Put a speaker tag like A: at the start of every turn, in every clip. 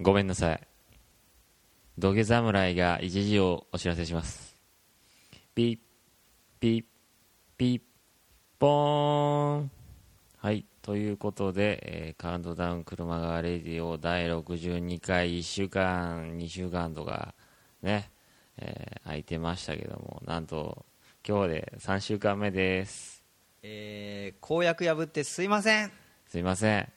A: ごめんなさい。土下侍が一時をお知らせします。ピッ、ピッ、ピッ、ポーン。はい。ということで、えーカウントダウン車がレディオ第62回1週間、2週間とかね、えー空いてましたけども、なんと今日で3週間目です。
B: えー公約破ってすいません、
A: すいません。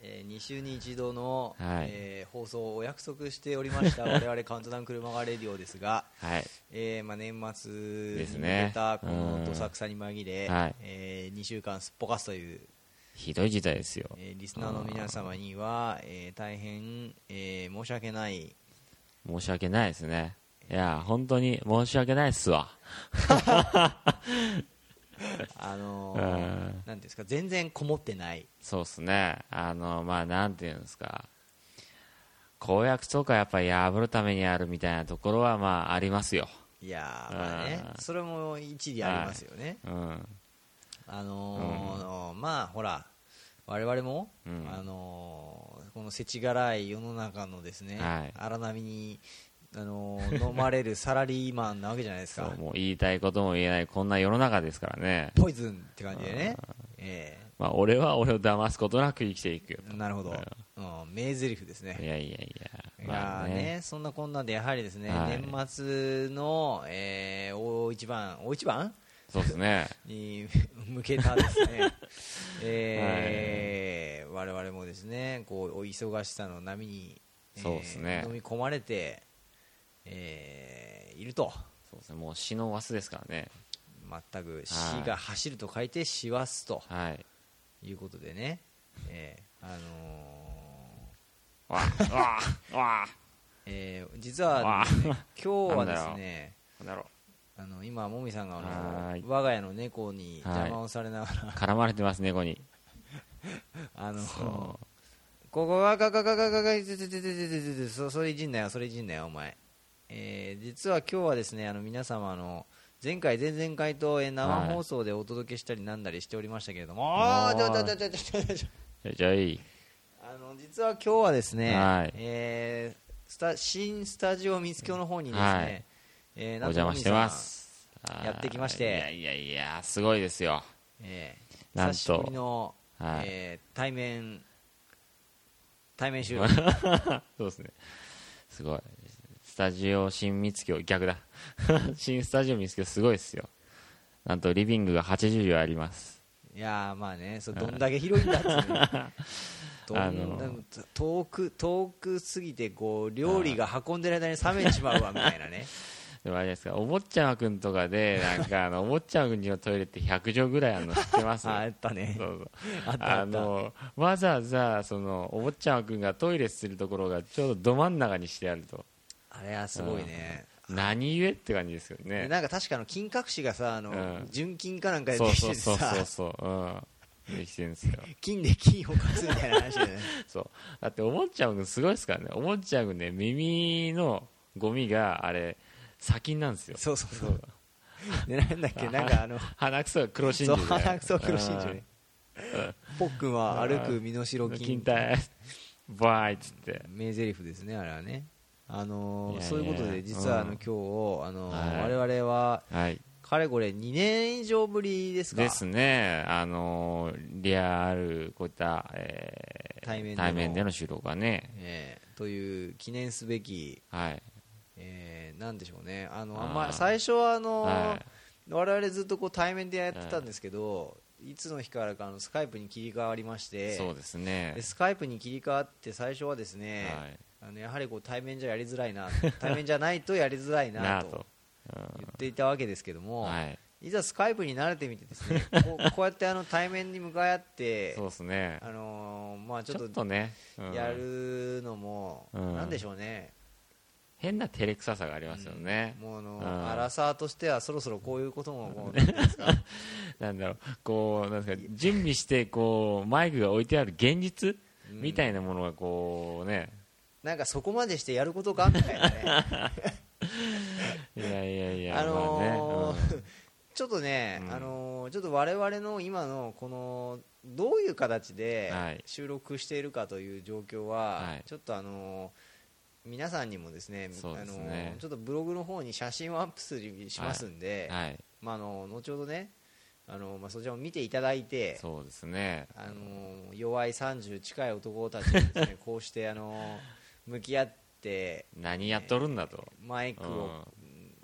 B: え2週に一度の、
A: はい
B: えー放送をお約束しておりました 我々カウントダウン車がレディオですが、
A: はい。
B: えーまあ、年末に
A: です
B: 向
A: ね
B: けたこ
A: うん
B: のどさくさに紛れ、
A: はい
B: え2週間すっぽかすという、
A: ひどい事態ですよ。
B: えーリスナーの皆様には、えー大変、えー申し 訳ない
A: 申し訳ないですね。いや、本当に申し訳ないっすわ。
B: あの
A: う
B: ー
A: ん
B: なんていうんですか全然こもってない
A: そうっすね。あの、まあ、なんていうんですか。公約とかやっぱり破るためにあるみたいなところは、まあ、ありますよ。
B: いやーまあね
A: あー
B: それも一理ありますよね、
A: うん。
B: あのーまあほら我々も、
A: うん
B: あのーこの世知辛い世の中のですね、
A: はい
B: 荒波に、あのー飲まれるサラリーマンなわけじゃないです
A: そ
B: か
A: う、もう言いたいことも言えない、こんな世の中ですからね。
B: ポイズンって感じでね、え
A: まあ、俺は俺を騙すことなく生きていくよ
B: えなるほど、うん、名台詞です
A: と。い
B: ね。
A: やいやいや。
B: いやーね、そんなこんなでやはりですね、
A: はい
B: 年末の、えー大一番大一番
A: そうですね。
B: に向けたで すね、えー我々もですねこうお忙しさの波に、えー
A: そうですね
B: 飲み込まれて、えーいると
A: そうですね。もう死の忘ですからね。
B: 全く「死」が走ると書いて「師走」と
A: はい。
B: いうことでね、えーあの
A: わあ、わあ、わあ。
B: ーえー実はですね、今日はですね
A: なんだろ
B: あの今、もみさんが
A: は
B: あ
A: ーい
B: の我が家の猫に邪魔をされながら、
A: う。絡まれてます、猫に。
B: あの
A: そう
B: ここがかかかかかかいててててててててそそれいじんなよそれいじんなよお前、えー実は今日はですねあの皆様の前回前々回とえー生
A: はい
B: 放送でお届けしたりなんだりしておりましたけれども、
A: は
B: あ
A: い
B: ーちょちょちょちょちょちょ
A: じゃじゃい。
B: あの実は今日はですね、
A: はい
B: えースタ新スタジオ三つ京の方にですね、
A: はい
B: えー
A: お邪魔してます。
B: やってきまして
A: あーいやいやいや、すごいですよ。
B: えー
A: なんと
B: 久しぶりの、
A: はい
B: えー対面対面収録
A: そうですね。すごい。スタジオ新三つ京、逆だ。 新スタジオ三つ京、すごいですよ。なんと、リビングが80畳あります。
B: いやーまあねそれどんだけ広いん だっていうねどん
A: あの
B: 遠く遠くすぎてこう料理が運んでる間に冷めちまうわみたいなね
A: でもあれですか、お坊ちゃまくんとかで、なんか、あ の、お坊ちゃまくんちのトイレって100畳ぐらいあるの知ってます
B: ああったね
A: そうそう。
B: あったあ
A: あ
B: った
A: の、わざわざ、その、お坊ちゃまくんがトイレするところがちょうどど真ん中にしてあると。
B: あれはすごいね
A: 何故って感じですよね。
B: でなんか確かあの金隠しがさあの、
A: うん
B: 純金かなんかで
A: そう
B: できて
A: そう
B: て
A: そう
B: さ
A: そうそう、うん、できてるんですよ
B: 金で金を貸すみたいな話で ね
A: そうだっておもっちゃんくんすごいですからねおもっちゃんくんね耳のゴミがあれ砂金なんですよ
B: そうそうそうでなんだっけなんかあの
A: 鼻くそが 黒真
B: そう
A: 珠で
B: 鼻くそ黒真珠ねポックンは歩く身
A: う
B: 代
A: ん
B: 金
A: 金体バーイっつって
B: 名台詞ですね、あれはね。あのー
A: いやいや
B: そういうことで、実はあ
A: う
B: の
A: ん
B: 今日、あのー
A: はい
B: 我々は
A: はい
B: かれこれ2年以上ぶりですか、
A: ですねあのーリアルこういった、えー
B: 対面での
A: 対面での収録はね
B: えーという記念すべき、
A: はい
B: えーなんでしょうね、あの
A: あー
B: あんまり最初はあのー
A: はい
B: 我々ずっとこう対面でやってたんですけど、いつの日からかあのスカイプに切り替わりまして、
A: そうですね
B: でスカイプに切り替わって、最初はですね、
A: はい
B: あのやはりこう対面じゃやりづらいな、対面じゃないとやりづらい
A: な
B: な
A: あ
B: と
A: と
B: 言っていたわけですけども。
A: はい
B: いざスカイプに慣れてみてで すねこうこうやってあの対面に向かい合って
A: そうですね
B: あのーまあち
A: ちょっ
B: ょっ
A: と
B: と
A: ね、うん
B: やるのも
A: うん
B: なんでしょうね
A: 変な照れくささがありますよね、
B: もうあ
A: う
B: の
A: ん
B: アラサーとしてはそろそろこういうこと ももうなんていうんですか
A: なんだろうこうなんですか準備してこうマイクが置いてある現実、
B: うん
A: みたいなものがこうね
B: なんかそこまでしてやることかみたいなね
A: いやいやいや
B: あのー
A: まあねうん
B: ちちょっとね、
A: うん
B: あのーちょっと我々の今のこのどういう形で
A: はい
B: 収録しているかという状況は、
A: はい
B: ちょっとあのー皆さんにもですね
A: そうですね
B: あのーちょっとブログの方に写真をアップするしますんで、
A: はい、
B: まあ、あの後ほどね、あのまあ、そちらも見ていただいて、
A: そうですね。
B: あの弱い30近い男たちに です、ね、こうしてあの向き合って、
A: 何やっとるんだと。
B: マイクを
A: う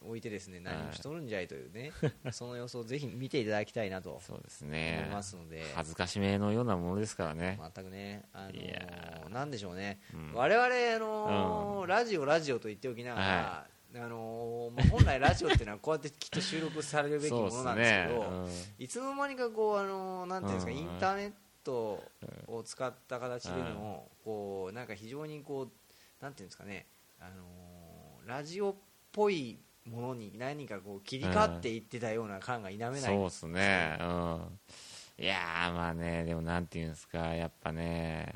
B: 置いてですね
A: はい
B: 何をしとるんじゃいというね、その様子をぜひ見ていただきたいなと
A: そうです
B: 思
A: ね
B: い。ますので、
A: 恥ずかしめのようなものですからね。
B: 全くね、あの
A: いや
B: なんでしょうね、
A: うん
B: 我々、あのラジオ、ラジオと言っておきながら、
A: は
B: あのまあ本来、ラジオっていうのはこうやってきっと収録されるべき
A: そう
B: も
A: です
B: のなんですけ
A: ね
B: ど。。
A: うん
B: いつの間にかこう、あのなんていうんですか、
A: うん
B: インターネットを使った形での、こうなんか非常にこう、なんていうんですかね、あのーラジオっぽいものに何かこう切り替わっていってたような感が否めない、
A: そうですね。うん。いやー、まあね、でもなんていうんですか、やっぱね、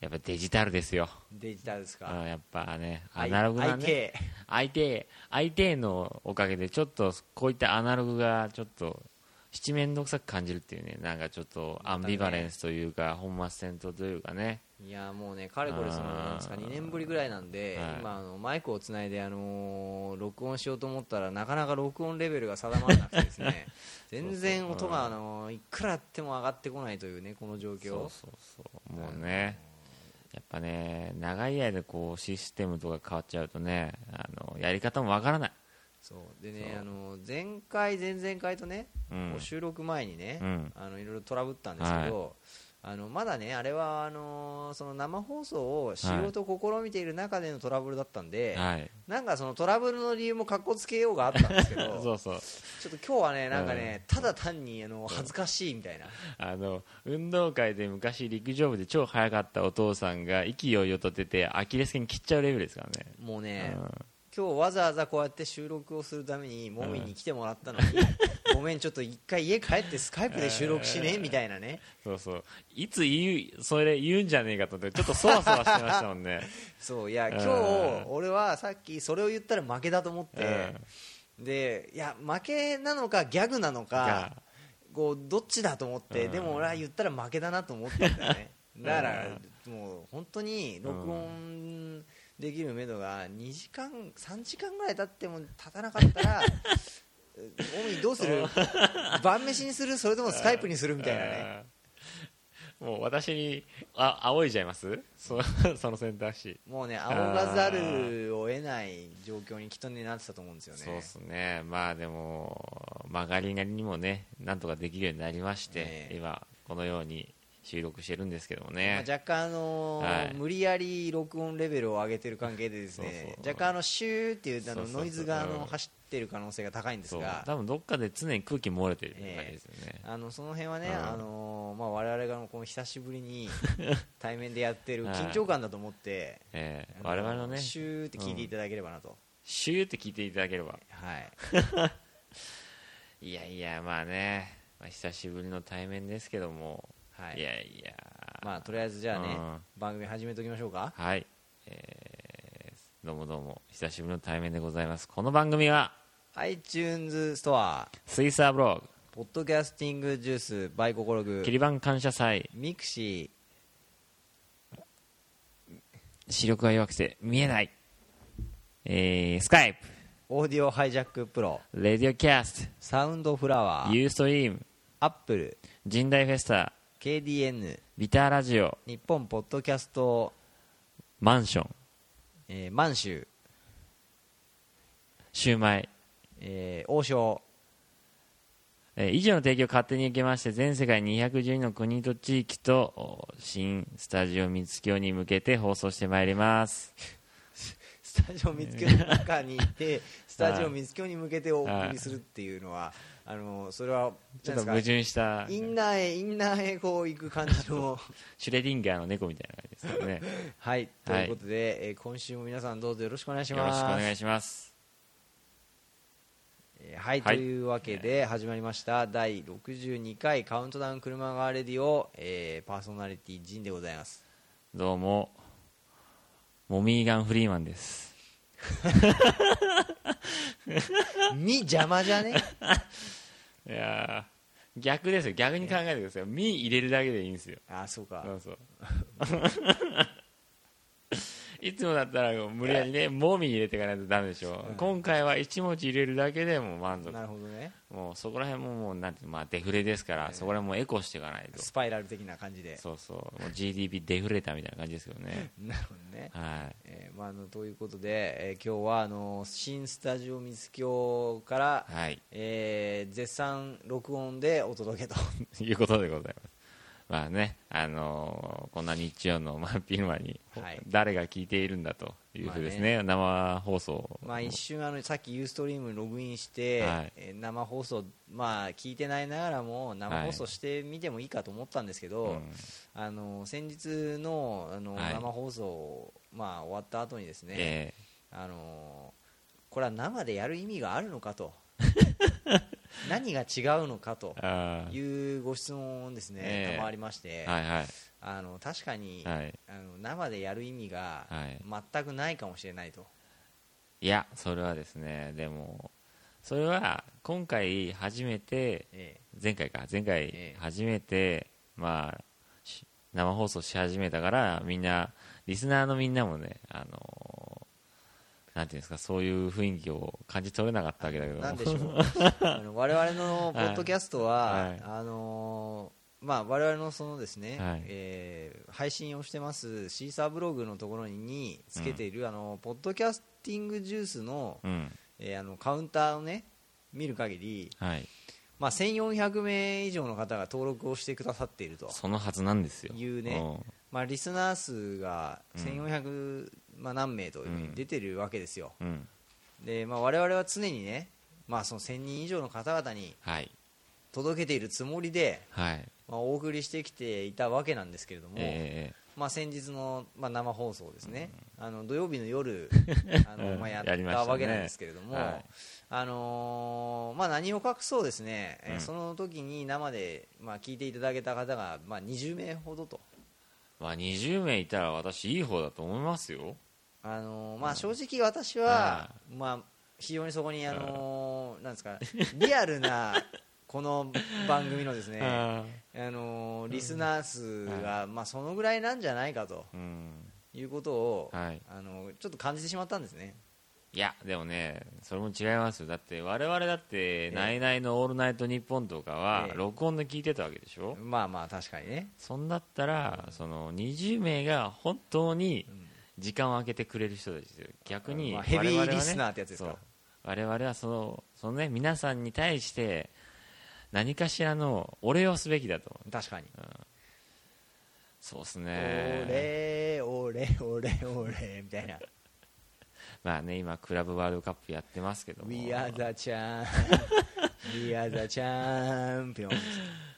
A: やっぱデジタルですよ。
B: デジタルです
A: うん
B: か、
A: やっぱね、ア
B: あい
A: ナログなね。
B: IK
A: 相手相手のおかげでちょっとこういったアナログがちょっと七面倒くさく感じるっていうねなんかちょっとアンビバレンスというか本末転倒というかね
B: いやもうね、かれこれその
A: あー
B: なんですか2年ぶりぐらいなんで、
A: はい
B: 今あの、マイクをつないで、あのー録音しようと思ったらなかなか録音レベルが定まらなくてです ね全然音が、あのーいくらあっても上がってこないというね、この状況。
A: そうそうそうもうねやっぱね長い間こうシステムとか変わっちゃうとねあのやり方もわからない
B: そうでね
A: そう
B: あの前回、前々回とね、
A: うん
B: こう収録前にね、
A: うん
B: あのいろいろトラブったんですけど、あのまだね、あれはあのその生放送をしようと試みている中でのトラブルだったんで、
A: はい
B: なんかそのトラブルの理由もかっこつけようがあったんです けど、
A: そうそう
B: ちょっと今日はね、なんかね、ただ単にあの恥ずかしいみたいな、
A: あの運動会で昔陸上部で超速かったお父さんが息よいよと出てアキレス腱切っちゃうレベルですからね
B: もうね、
A: うん
B: 今日わざわざこうやって収録をするためにもみに来てもらったのに、 ごめん、ちょっと一回家帰ってスカイプで収録しねみたいなね。
A: そうそういつ言うそれ言うんじゃねえかと思ってちょっとそわそわしてましたもんね
B: そういや今日
A: うん
B: 俺はさっきそれを言ったら負けだと思って、でいや負けなのかギャグなのかこうどっちだと思って、
A: うん
B: でも俺は言ったら負けだなと思ってんだよねだからもう本当に録音できるめどが2時間3時間ぐらい経っても経たなかったらおみどうする晩飯にするそれともスカイプにするみたいなね
A: うんもう私にあ仰いじゃいますそ その選択肢
B: もうね仰がざるを得ない状況にきっとねなってたと思うんですよね
A: そうですねまあでも曲がりなりにもねなんとかできるようになりまして、
B: ええ
A: 今このように収録してるんですけども
B: まあ
A: ね
B: 若干、あのー
A: はい
B: 無理やり録音レベルを上げてる関係でですね
A: そうそう
B: 若干あのシューっていうあ
A: そう
B: の
A: そうそう
B: ノイズがあの
A: うん
B: 走ってる可能性が高いんです
A: そう
B: が
A: 多分どっかで常に空気漏れてる感じですよね、
B: あのその辺はね、
A: うん
B: あのーまあ、我々がこの久しぶり に対面でやってる緊張感だと思って、
A: ええ
B: あ
A: 我々のね
B: シューって聞いていただければなと、
A: シューって聞いていただければ
B: はい、
A: いやいやまあね、まあ、久しぶりの対面ですけども
B: はいい
A: やいや、
B: まあ、とりあえずじゃあね、
A: うん
B: 番組始めておきましょうか
A: はい、えーどうもどうも久しぶりの対面でございますこの番組は
B: iTunes ストア
A: スイサーブロ
B: ポッドキャスティングジュースバイココログ
A: グキリバン感謝祭
B: ミクシー
A: 視力が弱くて見えない、えー、スカイ
B: オーディオハイジャックプロ
A: プレディオキャス
B: サウンドフラワ
A: ト
B: ー、
A: ユーストリーム
B: アップル、
A: 神代フェスタ
B: KDN、
A: ビターラジオ
B: 日本ポッドキャスト、
A: マンション
B: えー満州、
A: シューマイ
B: えー王将、
A: えー以上の提供を勝手に受けまして全世界212の国と地域とお新スタジオ三つ京に向けて放送してまいります
B: スタジオ三つ京の中にいて、スタジオ三つ京に向けてお送りするっていうのは、あのそれは、
A: ちょっ
B: な
A: と
B: ん
A: 矛
B: ですか
A: 盾した
B: インナーへ、インナーへこう行く感 じの、
A: シュレディンガーの猫みたいな感じ ですよね
B: はい、ということで、えー今週も皆さんどうぞよろしくお願いし
A: よろ
B: ま
A: し
B: す。
A: くお願いします
B: えーはい、
A: はい
B: というわけで始まりました第62回カウントダウン車側レディオ、えーパーソナリティジンでございます。
A: どうもモミーガン・フリーマンです
B: 「み」邪魔じゃね
A: いやー逆ですよ逆に考えてください「み」入れるだけでいいんですよ
B: あそうか
A: そうそう いつもだったら無理やりね「もみ」入れていかないとダメでしょ、
B: うん
A: 今回は一文字入れるだけでもう満足
B: なるほどね
A: もうそこら辺ももうなんていうのまあデフレですから、
B: ええ
A: そこら辺もエコしていかないと
B: スパイラル的な感じで
A: そうそうもう GDP デフレーターみたいな感じですけどね
B: なるほどね
A: は
B: えーまあ、あのということで、えー今日はあの新スタジオ三つ京から
A: い、はい
B: えー絶賛録音でお届 けと
A: ということでございますまあねあのーこんな日曜の真っ昼間に、
B: はい
A: 誰が聞いているんだというふうですね,、生放送
B: まあ一瞬あのさっきユーストリームにログインして、
A: はい
B: えー生放送、まあ、聞いてないながらも生放送してみてもいいかと思ったんですけど、
A: うん
B: あの先日のあの、
A: はい
B: 生放送、まあ、終わった後にですね、
A: え
B: あのこれは生でやる意味があるの かと何が違うのかと
A: えあー
B: いうご質問をです
A: え
B: ね、
A: え
B: 賜りまして、
A: はいはい
B: あの確かに、
A: はい
B: あの生でやる意味が
A: はい
B: 全くないかもしれないと、
A: いやそれはですねでもそれは今回初めて
B: え
A: 前回か前
B: え
A: 回
B: え
A: 初めて、まあし生放送し始めたからみんなリスナーのみんなもねあのーなんていうんですかそういう雰囲気を感じ取れなかったわけだけ
B: え
A: ど
B: なんでしょうあの我々のポッドキャストは、
A: はい
B: あのまあ、我々のそのですね、
A: はい
B: えー配信をしてますシーサーブログのところにつけている、あのポッドキャスティングジュースの,、
A: うん
B: えーあのカウンターをね見る限り、
A: はい
B: まあ、1400名以上の方が登録をしてくださっていると
A: そのはずなんですよ
B: いうね
A: うん
B: まあ、リスナー数が
A: うん
B: 1400、まあ、何名というふう
A: う
B: に
A: ん
B: 出てるわけですよ、
A: うん
B: でまあ、我々は常にね、まあ、その1000人以上の方々に
A: はい
B: 届けているつもりで、
A: はい
B: まあ、お送りしてきていたわけなんですけれども、
A: え
B: まあ、先日の、まあ、生放送ですね、あの土曜日 の夜あの、まあ、やっ
A: やりました
B: た
A: ね
B: わけなんですけれども、
A: はい
B: あのーまあ、何を隠そうですね、えー
A: うん
B: その時に生で、まあ、聞いていただけた方が、まあ、20名ほどと。
A: えまあ20名いたら私いい方だと思いますよ
B: あのーまあ、正直私は、まあ、非常にそこに、あのーなんですかリアルなこの番組のですね、あ
A: あ
B: のーリスナー数が、まあ、そのぐらいなんじゃないかと
A: ーうん
B: いうことを、
A: はい
B: あのーちょっと感じてしまったんですね。
A: いやでもねそれも違いますよだって我々だって「
B: え
A: ナイナイのオールナイトニッポン」とかは
B: ええ
A: 録音で聞いてたわけでしょ、
B: まあまあ確かにね、
A: そんだったらその20名が本当に
B: うん
A: 時間を空けてくれる人たちですよ逆に
B: まあ
A: 我
B: ヘ
A: 々は、
B: ビ
A: ね、
B: ーリスナーってやつですか
A: そう我々はそのそのね皆さんに対して何かしらのお礼をすべきだと
B: 確かに、
A: そうですね
B: オレオレオレオレみた いな「
A: まあね今クラブワールドカップやってますけども
B: We are the champ We are the champion」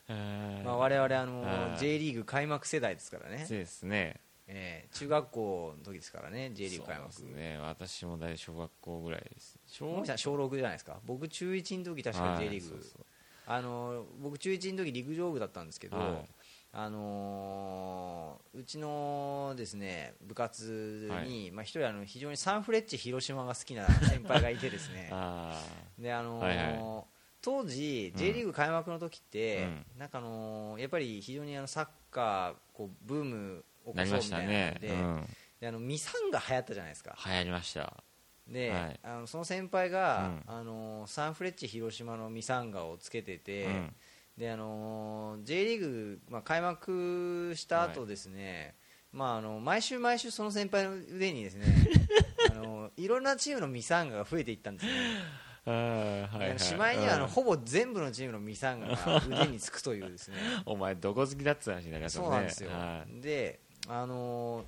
A: うん
B: まあ、我々あの
A: はい
B: J リーグ開幕世代ですからね
A: そう、ですね
B: ええ中学校の時ですからね J リーグ開幕
A: そうですね私も大体小学校ぐらいです小
B: もみさん小6じゃないですか僕中1の時確か
A: はい
B: J リーグ、
A: そうそう
B: あの僕中1の時陸上部だったんですけど、
A: はい
B: あのーうちのですね部活に、
A: はい
B: まあ、一人あの非常にサンフレッチェ広島が好きな先輩がいてですね
A: あ
B: であのー
A: はいは
B: 当時
A: うん
B: J リーグ開幕の時って、
A: う
B: なんかあのーやっぱり非常にあのサッカーこうブーム
A: あ
B: を起こ
A: なり
B: そう
A: ま
B: み
A: した
B: たいな
A: ね
B: の
A: う
B: で,、
A: ん
B: であのミサンが流行ったじゃないですか
A: 流行りました
B: で、
A: はい
B: あのその先輩が、
A: う
B: あのーサンフレッチェ広島のミサンガをつけてて、
A: うん
B: であのー J リーグ、まあ、開幕した後ですね、まあ、あの毎週毎週その先輩の腕にです ねあのいろんなチームのミサンガが増えていったんですね、
A: あーはいはい
B: でしまいにはあの、
A: うん
B: ほぼ全部のチームのミサンガが腕につくというですね
A: お前どこ好きだって話になりますよ
B: そ
A: ね
B: うなんですよ、
A: はい
B: であのーっ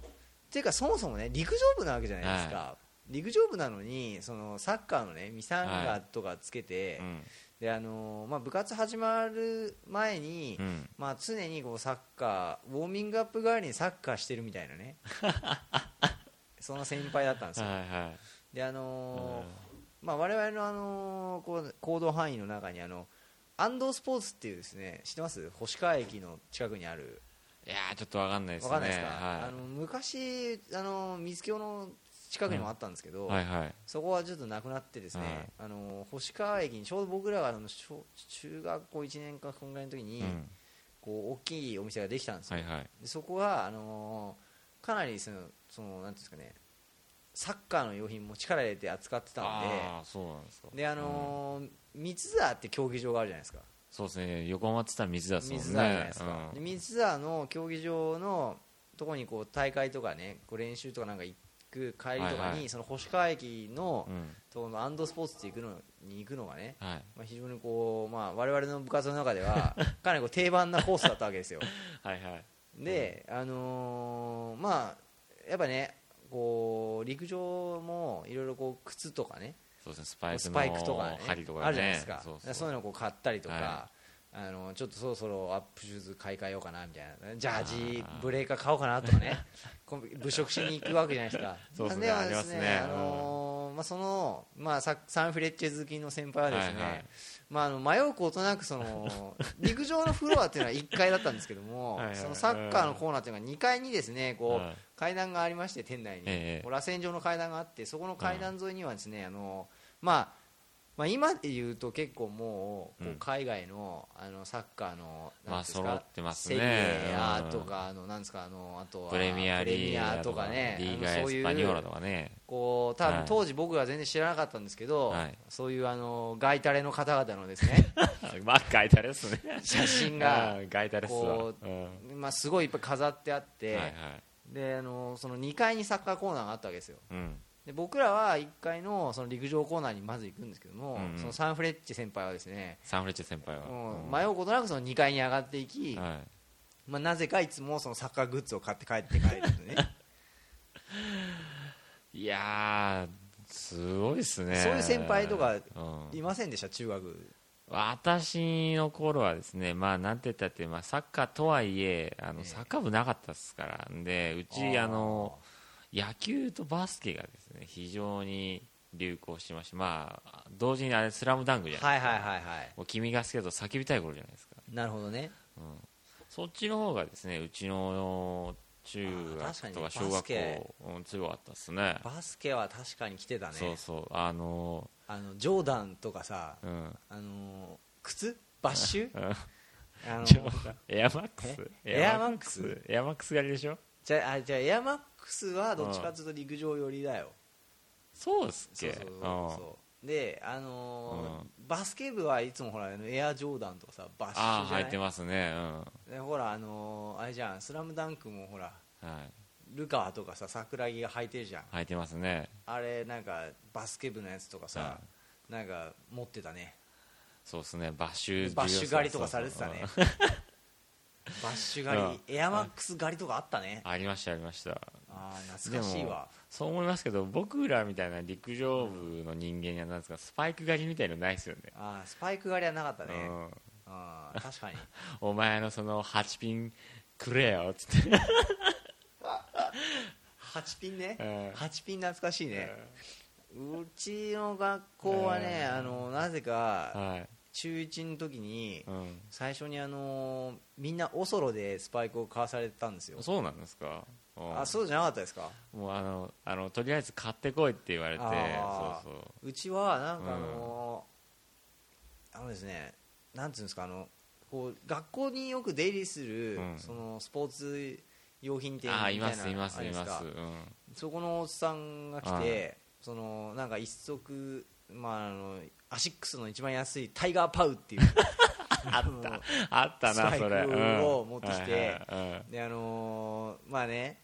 B: ていうかそもそもね陸上部なわけじゃないですか、陸上部なのにそのサッカーのねミサンガとかつけて、
A: うん
B: であのーまあ、部活始まる前に、
A: うん
B: まあ、常にこうサッカーウォーミングアップ代わりにサッカーしてるみたい なねその先輩だったんです
A: はい
B: よ、
A: は
B: であ
A: い
B: のーまあ、我々の、あのーこう行動範囲の中にあの安藤スポーツっていうですね知ってます星川駅の近くにある
A: いやーちょっとわかんないです
B: わ
A: ね
B: かんないですか、
A: は
B: あの昔あの水京の近くにもあったんですけど、
A: はいはい
B: そこはちょっとなくなってですね、あの星川駅にちょうど僕らがあの小中学校1年かこんぐらいの時に、
A: うん
B: こう大きいお店ができたんですよ、
A: はいはい
B: でそこはあのーかなりそのそのなんていうんですかねサッカーの用品も力入れて扱ってたんで
A: ああそうなんですか
B: であ
A: うん
B: のー三ツ沢って競技場があるじゃないですか
A: そうですね横浜って言ったら水田ですもんね
B: 水沢じゃないです
A: う
B: か、
A: ん
B: で三ツ沢の競技場のとこにこう大会とかねこう練習とかなんか行く帰りとかに、
A: はいはい
B: その星川駅の
A: うん
B: とこのアンドスポーツって行くのに行くのがね、
A: はい
B: まあ、非常にこう、まあ、我々の部活の中で はかなりこう定番なコースだったわけですよ
A: はいはい
B: で、あのーまあやっぱねこう陸上もいろいろこう靴とかね
A: そうですねスパイク
B: ス
A: の
B: パイクとか,、ね
A: 針とかね
B: あるじゃないですか
A: そう
B: そういうのをこう買ったりとか、
A: は
B: あのちょっとそろそろアップシューズ買い替えようかなみたいなジャージブレーカー買おうかなと かねこう物色しに行くわけじゃないですか
A: そうですね
B: なん
A: ありますね
B: あのーまあ、その、まあ、ササンフレッチェ好きの先輩はですね、
A: はいはい
B: まあ、あの迷うことなくそ の陸上のフロアっていうのは1階だったんですけども
A: はいはい
B: そのサッカーのコーナーっていうのが2階にですねこう、
A: はい
B: 階段がありまして店内に、
A: ええ
B: こう螺旋状の階段があってそこの階段沿いにはですね、あのまあまあ、今で言うと結構もうこ
A: う
B: うん海外のあのサッカーの
A: まあ
B: なんていうんですか
A: 揃ってますね
B: セリエ
A: う
B: A
A: ん
B: とかあのなんですかあのあとは
A: プレミア
B: プレ
A: リ
B: ミ
A: ー
B: ア
A: ガ
B: とかね
A: リーガ
B: あの
A: エ
B: そうい
A: ス
B: う
A: パニョーラとかね
B: こう多
A: は
B: 分
A: い
B: 当時僕は全然知らなかったんですけど、
A: はい
B: そういうあのガイタレの方々ので すね
A: まあガイタレですね
B: 写真が
A: うんガイタレっすわ
B: こ
A: うんは
B: まあすごいいっぱい飾ってあっ
A: い
B: て、
A: はい
B: であのその2階にサッカーコーナーがあったわけですよ
A: うん
B: で僕らは1階のその陸上コーナーにまず行くんですけども、
A: うんうん
B: そのサンフレッチェ先輩はですね
A: サンフレッチェ先輩は
B: もう
A: は
B: 迷うことなくその2階に上がっていき、
A: い
B: まあ、なぜかいつもそのサッカーグッズを買って帰って帰る んでね
A: いやーすごいですね
B: そういう先輩とか
A: うん
B: いませんでした中学
A: 私の頃はですねまあなんて言ったって、まあ、サッカーとはいえあの
B: ええ
A: サッカー部なかったですからでうちあの野球とバスケがですね非常に流行してましてまあ同時にあれ「スラムダンクじゃない
B: は
A: で
B: い
A: すか、
B: はいはいはい
A: もう君が好きだと叫びたい頃じゃないですか
B: なるほどね
A: そっちの方がですねうちの中
B: あー確か
A: 学
B: に
A: とか小
B: バス
A: 学
B: ケ
A: 校うん強かったですね
B: バスケは確かに来てたね
A: そうそうあの
B: あのジョーダンとかさ、
A: うん
B: あのー靴バッシュ
A: うん
B: あの
A: ちょエアマックス
B: えエアマックス
A: エアマックス狩りでしょ
B: じゃああじゃあエアマックスはどっちかというと陸上寄りだよ、
A: そうっすっ
B: そ
A: け
B: うそうそうそうであのー
A: う
B: バスケ部はいつもほらあのエアジョーダンとかさバッシ
A: あ
B: ュ
A: あ
B: じゃ
A: 入
B: な
A: って
B: い
A: ますねう
B: でほらあのーあれじゃん「スラムダンクもほら
A: んはい
B: ルカワとかさ桜木が履いてるじゃん
A: 入ってますね
B: あれなんかバスケ部のやつとかさ、なんか持ってたね
A: そうっすねバッシュ
B: バッシュ狩りとかさ
A: そう
B: れ
A: そう
B: て
A: そう
B: たね
A: うん
B: バッシュ狩りエアマックス狩りとかあったね
A: ありましたありました
B: ああ懐かしいわ
A: そう思いますけど僕らみたいな陸上部の人間にはなんですかスパイク狩りみたいのないっすよね
B: あースパイク狩りはなかったね、
A: うん
B: あ ー確かに
A: お前のその8ピンくれよっつって
B: 8ピンね、
A: うん
B: 8ピン懐かしいね、うちの学校はね、
A: うん
B: あのなぜか
A: はい
B: 中1の時に
A: うん
B: 最初にあのみんなおそろでスパイクを買わされてたんですよ
A: そうなんですかうん
B: あそうじゃなかったですか
A: もうあのあのとりあえず買ってこいって言われて
B: あー
A: そうそう
B: うちはなんかあのあのですねなんていうんですかあのこう学校によく出入りする、
A: うん
B: そのスポーツ用品店み
A: あ
B: た
A: あ
B: い
A: い
B: な
A: ますいます
B: あれ
A: い
B: です
A: ま
B: か
A: すうん
B: そこのおっさんが来
A: は
B: て、そのなんか一足、まあ、あのアシックスの一番安いタイガーパウっていうあった
A: あったな
B: スパ
A: そ
B: イ
A: れ
B: ク
A: うん
B: を持ってきて
A: はいはいはい
B: であのーまあね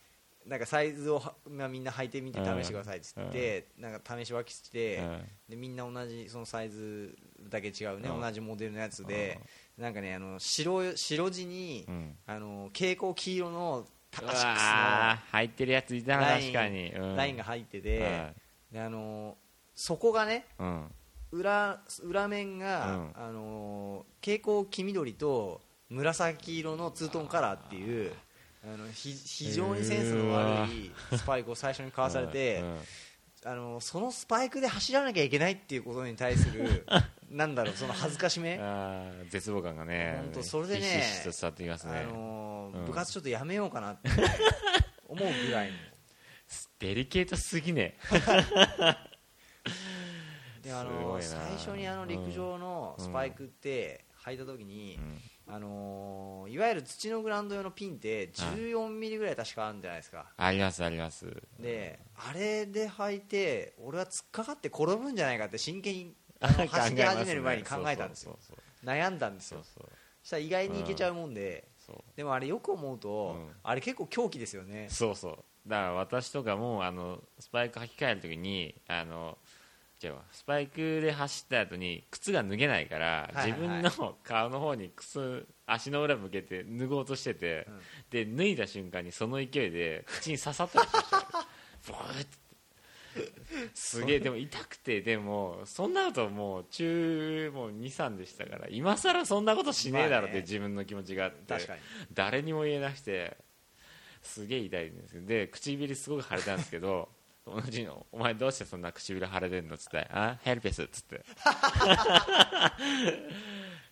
B: なんかサイズをは、まあ、みんな履いてみて試してくださいって言って、なんか試し分けして、
A: うん
B: でみんな同じそのサイズだけ違うね、
A: うん
B: 同じモデルのやつで、なんかねあの白白地に、
A: うん
B: あの蛍光黄色のアシ
A: う
B: ッ
A: わ
B: クスの
A: ー入ってるやついたな
B: ライン
A: 確かにうん
B: ラインが入ってて、
A: はい
B: であのーそこがね
A: うん
B: 裏裏面が、
A: うん
B: あのー蛍光黄緑と紫色のツートンカラーっていうあのひ非常にセンスの悪いスパイクを最初に買わされて、
A: うんうん
B: あのーそのスパイクで走らなきゃいけないっていうことに対する なんだろうその恥ずかしめ、
A: あー絶望感がね
B: ほんとそれでね
A: ひしひしと伝わってきます
B: あ
A: ね
B: のー
A: うん
B: 部活ちょっとやめようかなって思うぐらいの
A: スデリケートすぎね
B: であ
A: すごい
B: の
A: な
B: 最初にあの陸上のスパイクって履いた時に、
A: うん
B: あのーいわゆる土のグラウンド用のピンって14ミリぐらい確かあるんじゃないですか、
A: ありますあります
B: であれで履いて俺は突っかかって転ぶんじゃないかって真 剣にあ
A: 考
B: の
A: えます
B: 走
A: ね
B: り始める前に考えたんですよ
A: そう
B: 悩んだんです
A: そう
B: よ
A: そう
B: そしたら意外にいけちゃうもんで、
A: そう
B: でもあれよく思うと、
A: うん
B: あれ結構狂気ですよね
A: そうそうだから私とかもあのスパイク履き替えるときにあの違うわスパイクで走った後に靴が脱げないから、
B: はいはいはい
A: 自分の顔の方に靴足の裏向けて脱ごうとしてて、で脱いだ瞬間にその勢いで口に刺さったりし ましたよブーってすげえでも痛くてでもそんなこともう中もう23でしたから今更そんなことしねえだろっ
B: まあ
A: て
B: ね
A: 自分の気持ちがあって、
B: 確かに
A: 誰にも言えなくてすげえ痛いんですけどで唇すごく腫れたんですけど 友達に「お前どうしてそんな唇腫れてんの?」っつって「あヘルペス」っつって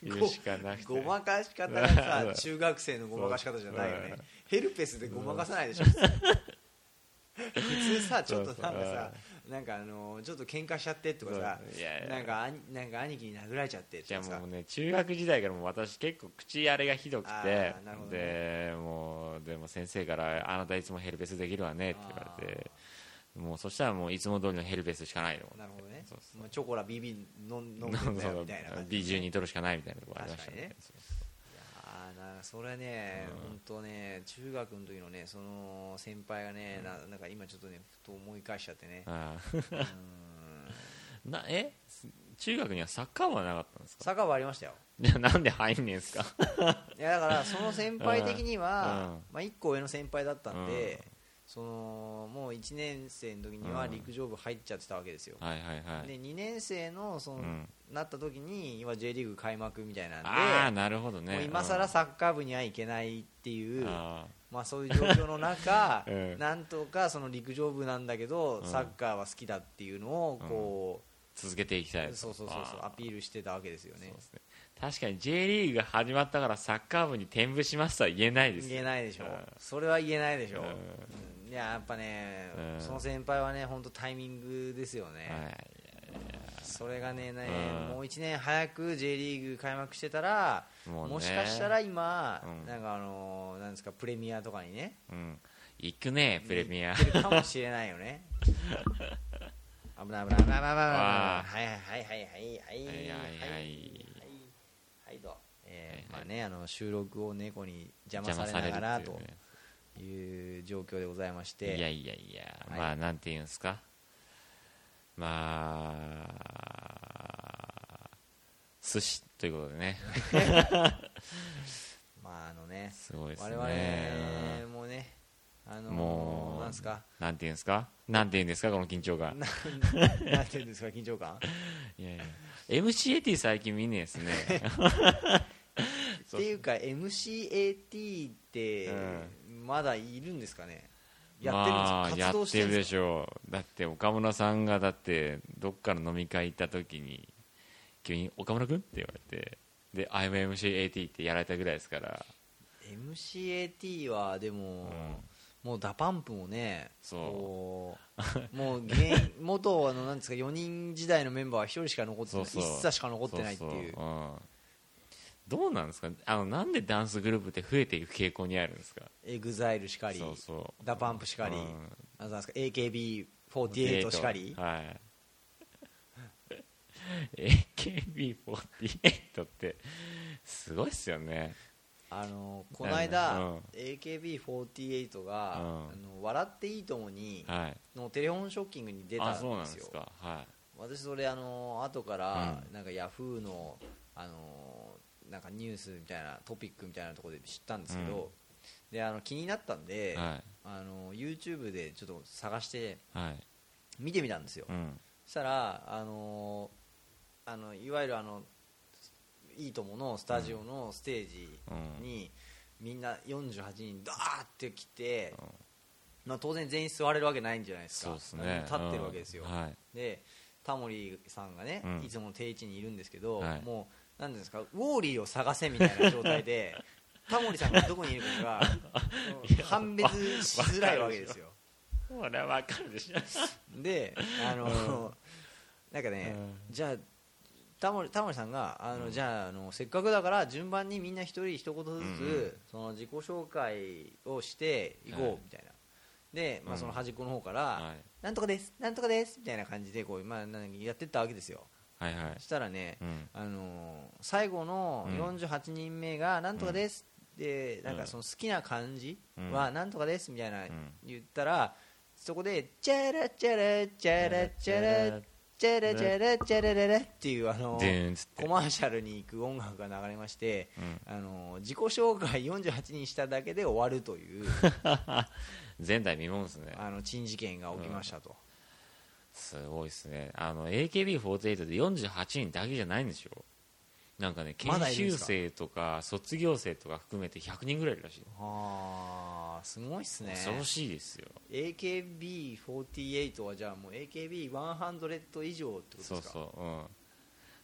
A: 言うしかなくて
B: ごまかし方がさ
A: うん
B: 中学生のごまかし方じゃないよ
A: う
B: ね
A: ん
B: ヘルペスでごまかさないでしょ普通普通さちょっとなんかさなんかあのーちょっと喧嘩しちゃってとかさ
A: そういやいや
B: なんか兄なんか兄貴に殴られちゃって
A: じ
B: と
A: ゃあ
B: かさ
A: もうね中学時代からもう私結構口あれがひどく
B: あ
A: て
B: ーなるほど
A: でもうでも先生から「あなたいつもヘルペスできるわね」って言われてもうそしたらもういつも通りのヘルペスしかないの
B: なるほどね
A: そうそう
B: まあチョコラ BB 飲ん飲んで
A: そうん
B: だ
A: そ
B: よ
A: う
B: みたいな感じ
A: B12 取るしかないみたいなとこありました
B: 確かにね
A: そう
B: あーなんかそれね、
A: うん
B: 本当ね、中学の時のね、その先輩がね、ななんか今ちょっとね、ふと思い返しちゃってね、
A: あー
B: うーん
A: なえ中学にはサッカー部はなかったんですか
B: サッカー部ありましたよ、
A: じゃあ なんで入んねんすか
B: いやだからその先輩的に
A: うん
B: は、まあ一個上の先輩だったん
A: うん
B: で、そのもう1年生の時には
A: うん
B: 陸上部入っちゃってたわけですよ。
A: はいはいはい、
B: で2年生のそ
A: う
B: の、
A: ん
B: なった時に今 J リーグ開幕みたいなんで
A: ああなるほど
B: も
A: ね
B: う今更サッカー部にはいけないって
A: う
B: い
A: ん
B: う
A: あ、
B: まあ、そういう状況の中
A: うん
B: なんとかその陸上部なんだけど、
A: うん
B: サッカーは好きだっていうのをこ
A: ー続けていきた
B: う、
A: い
B: そうそうそうそう
A: あ
B: アピールしてたわけですよ
A: ー
B: ね
A: そうですね確かに J リーグが始まったからサッカー部に転部しますとは言えないです
B: 言えないでしょ、
A: うん
B: それは言えないでしょ、
A: うん
B: うんいややっぱね、
A: うん
B: その先輩はね本当タイミングですよね、
A: はい
B: それがねね
A: うん
B: もう1年早く J リーグ開幕してたら、
A: もうね
B: もしかしたら今、
A: うん
B: なんかあのなんですかプレミアとかにね
A: うん行くねプレミア
B: 行ってるかもしれない よね危ない危ない危ない危ない危ない危ない
A: わあ
B: はいはいはいはいは
A: はいは
B: い
A: いはい
B: はいどうえー
A: は
B: ま
A: い
B: あねあの収録を猫に邪魔さ
A: 邪魔さ
B: れ
A: れ
B: な
A: る
B: がら
A: っていう
B: と
A: ね
B: いう状況でございまし
A: いや
B: て
A: いやいや、
B: はい
A: まあなんて言うんですかまあ寿司ということでね
B: まああのね
A: すごいです
B: 我
A: ね
B: 々もねあの
A: も
B: ー
A: う
B: なんすか
A: なんて言うんですかなんて言うんですかこの緊張
B: な
A: 感
B: んなんていうんですか緊張感
A: いやいや MCAT 最近見ねえですね
B: っていうか MCAT って
A: う
B: まだいるんですかね やってるんですか
A: まあや
B: 活動
A: っ
B: して
A: て
B: る
A: る
B: んで
A: です
B: か
A: しょうだって岡村さんがだってどっかの飲み会行った時に急に「岡村君?」って言われてで「IMMCAT」ってやられたぐらいですから
B: MCAT はでも、もうダパンプもね
A: そう
B: こうもう現元あのなんですか4人時代のメンバーは1人しか残ってない
A: そうそう
B: 1座しか残ってないっていう
A: そそんどうなんですかあのなんでダンスグループって増えていく傾向にあるんですか
B: エグザイルしかり
A: そうそう
B: ダパンプしかり、
A: うん
B: あとなんですか AKB48 しかり
A: はい AKB48 ってすごいっすよね
B: あのこの間、
A: うん
B: AKB48 が、
A: うん
B: あの「笑っていいともに」
A: はい
B: のテレフォンショッキングに出たん
A: あ
B: です
A: そう
B: よ
A: なんですかは
B: 私それあの後から
A: う
B: なんかヤフーのあのなんかニュースみたいなトピックみたいなところで知ったんですけど、であの気になったん
A: い
B: で、
A: は
B: あの YouTube でちょっと探して
A: いはい
B: 見てみたんですよ、
A: うん
B: そしたらあのあのいわゆるあのいいとものスタジオのステージに、みんな48人ダーって来て、
A: うん
B: まあ、当然全員座れるわけないんじゃないですか
A: そうですね
B: 立ってるわけですよ、
A: うんはい
B: でタモリさんがね、
A: うん
B: いつもの定位置にいるんですけど、
A: はい
B: もうなんていうんですかウォーリーを探せみたいな状態で タモリさんがどこにいるのかが判別しづらいわけですよ
A: ほらわかるでしょ
B: であの、なんかね、じゃあタモリタモリさんがあの、
A: うん
B: じゃああのせっかくだから順番にみんな一人一言ずつ、
A: んうん
B: その自己紹介をしてい
A: はい
B: こうみたいな、で、ま
A: う
B: あ、
A: ん
B: その端っこの方から、
A: はい
B: なんとかですなんとかですみたいな感じでこう、まあ、なんかやってったわけですよ
A: はいはい
B: そしたらね、
A: うん
B: あのー最後の
A: うん
B: 48人目がなんとかです、でなん
A: う
B: か
A: ん
B: その好きな漢字
A: うん
B: はなんとかですみたいな
A: うん
B: 言ったら、そこでチャラチャラチャラチャラチャラチャラチャラララっていうあの
A: でーんっつって
B: コマーシャルに行く音楽が流れまして、
A: うん
B: あのー自己紹介48人しただけで終わる という
A: 前代未聞ですね
B: あの珍事件が起きましたと、
A: すごいですねあの AKB48 で48人だけじゃないんでしょなんかね研
B: まだいるん
A: 修
B: ですか
A: 生とか卒業生とか含めて100人ぐらいいるらしい、
B: あーすごいっすね
A: 恐ろしいですよ
B: AKB48 はじゃあもう AKB100 以上ってことです
A: そ
B: か
A: うそううんだか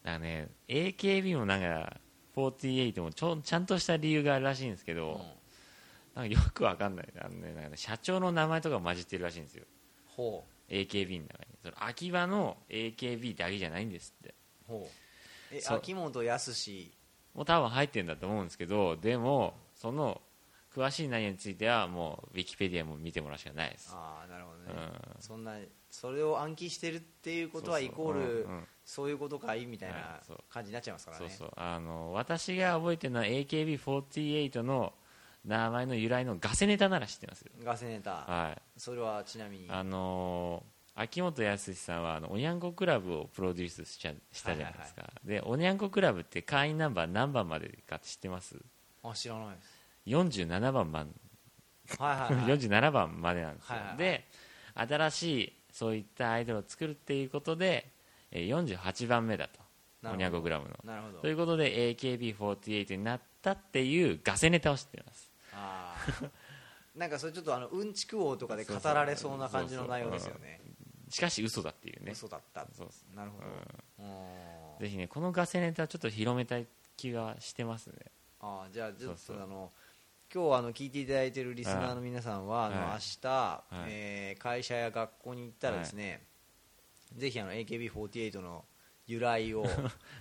A: らね AKB もなんか48もちょちゃんとした理由があるらしいんですけど、
B: うん
A: なんかよくわかんないあの、ねなんかね社長の名前とか混じってるらしいんですよ
B: ほ
A: AKB の中にそれ秋葉の AKB だけじゃないんですって
B: うほうえ
A: そう
B: 秋元康
A: もう多分入ってるんだと思うんですけどでもその詳しい内容についてはもうウィキペディアも見てもらうしかないです
B: ああなるほ
A: う
B: どね、
A: ん
B: そんなそれを暗記してるっていうことは
A: そう
B: イ
A: そう
B: コールそ
A: うん
B: う
A: うん
B: いうことかいみたい
A: は
B: ない
A: そう
B: 感じになっちゃいますからね
A: そうそうあの私が覚えてるのは AKB48 の名前の由来のガセネタなら知ってますよ
B: ガセネタ
A: はい
B: それはちなみに
A: あのー秋元康さんはあのおにゃんこクラブをプロデュースしちゃしたじゃないですか、でおにゃんこクラブって会員ナンバー何番までかって知ってます
B: あ知らないです
A: 47番まで
B: はいはい、はい、
A: 47番までなんですよ、
B: はいはいはい
A: で新しいそういったアイドルを作るっていうことでえー48番目だと
B: なるほど
A: おにゃんこグラムの
B: なるほど
A: ということで AKB48 になったっていうガセネタを知ってます
B: あー なんかそれちょっとあのうんちく王とかで語られそうな感じの内容ですよね
A: しかし嘘だっていうね
B: 嘘だった
A: そうそ
B: なるほど、うん
A: うぜひねこのガセネタをちょっと広めたい気がしてますね
B: ああじゃあちょっと
A: そうそう
B: あの今日あの聞いていただいてるリスナーの皆さんは、あの
A: はい
B: 明日、
A: い
B: えー会社や学校に行ったらですね、ぜひあの AKB48 の由来 を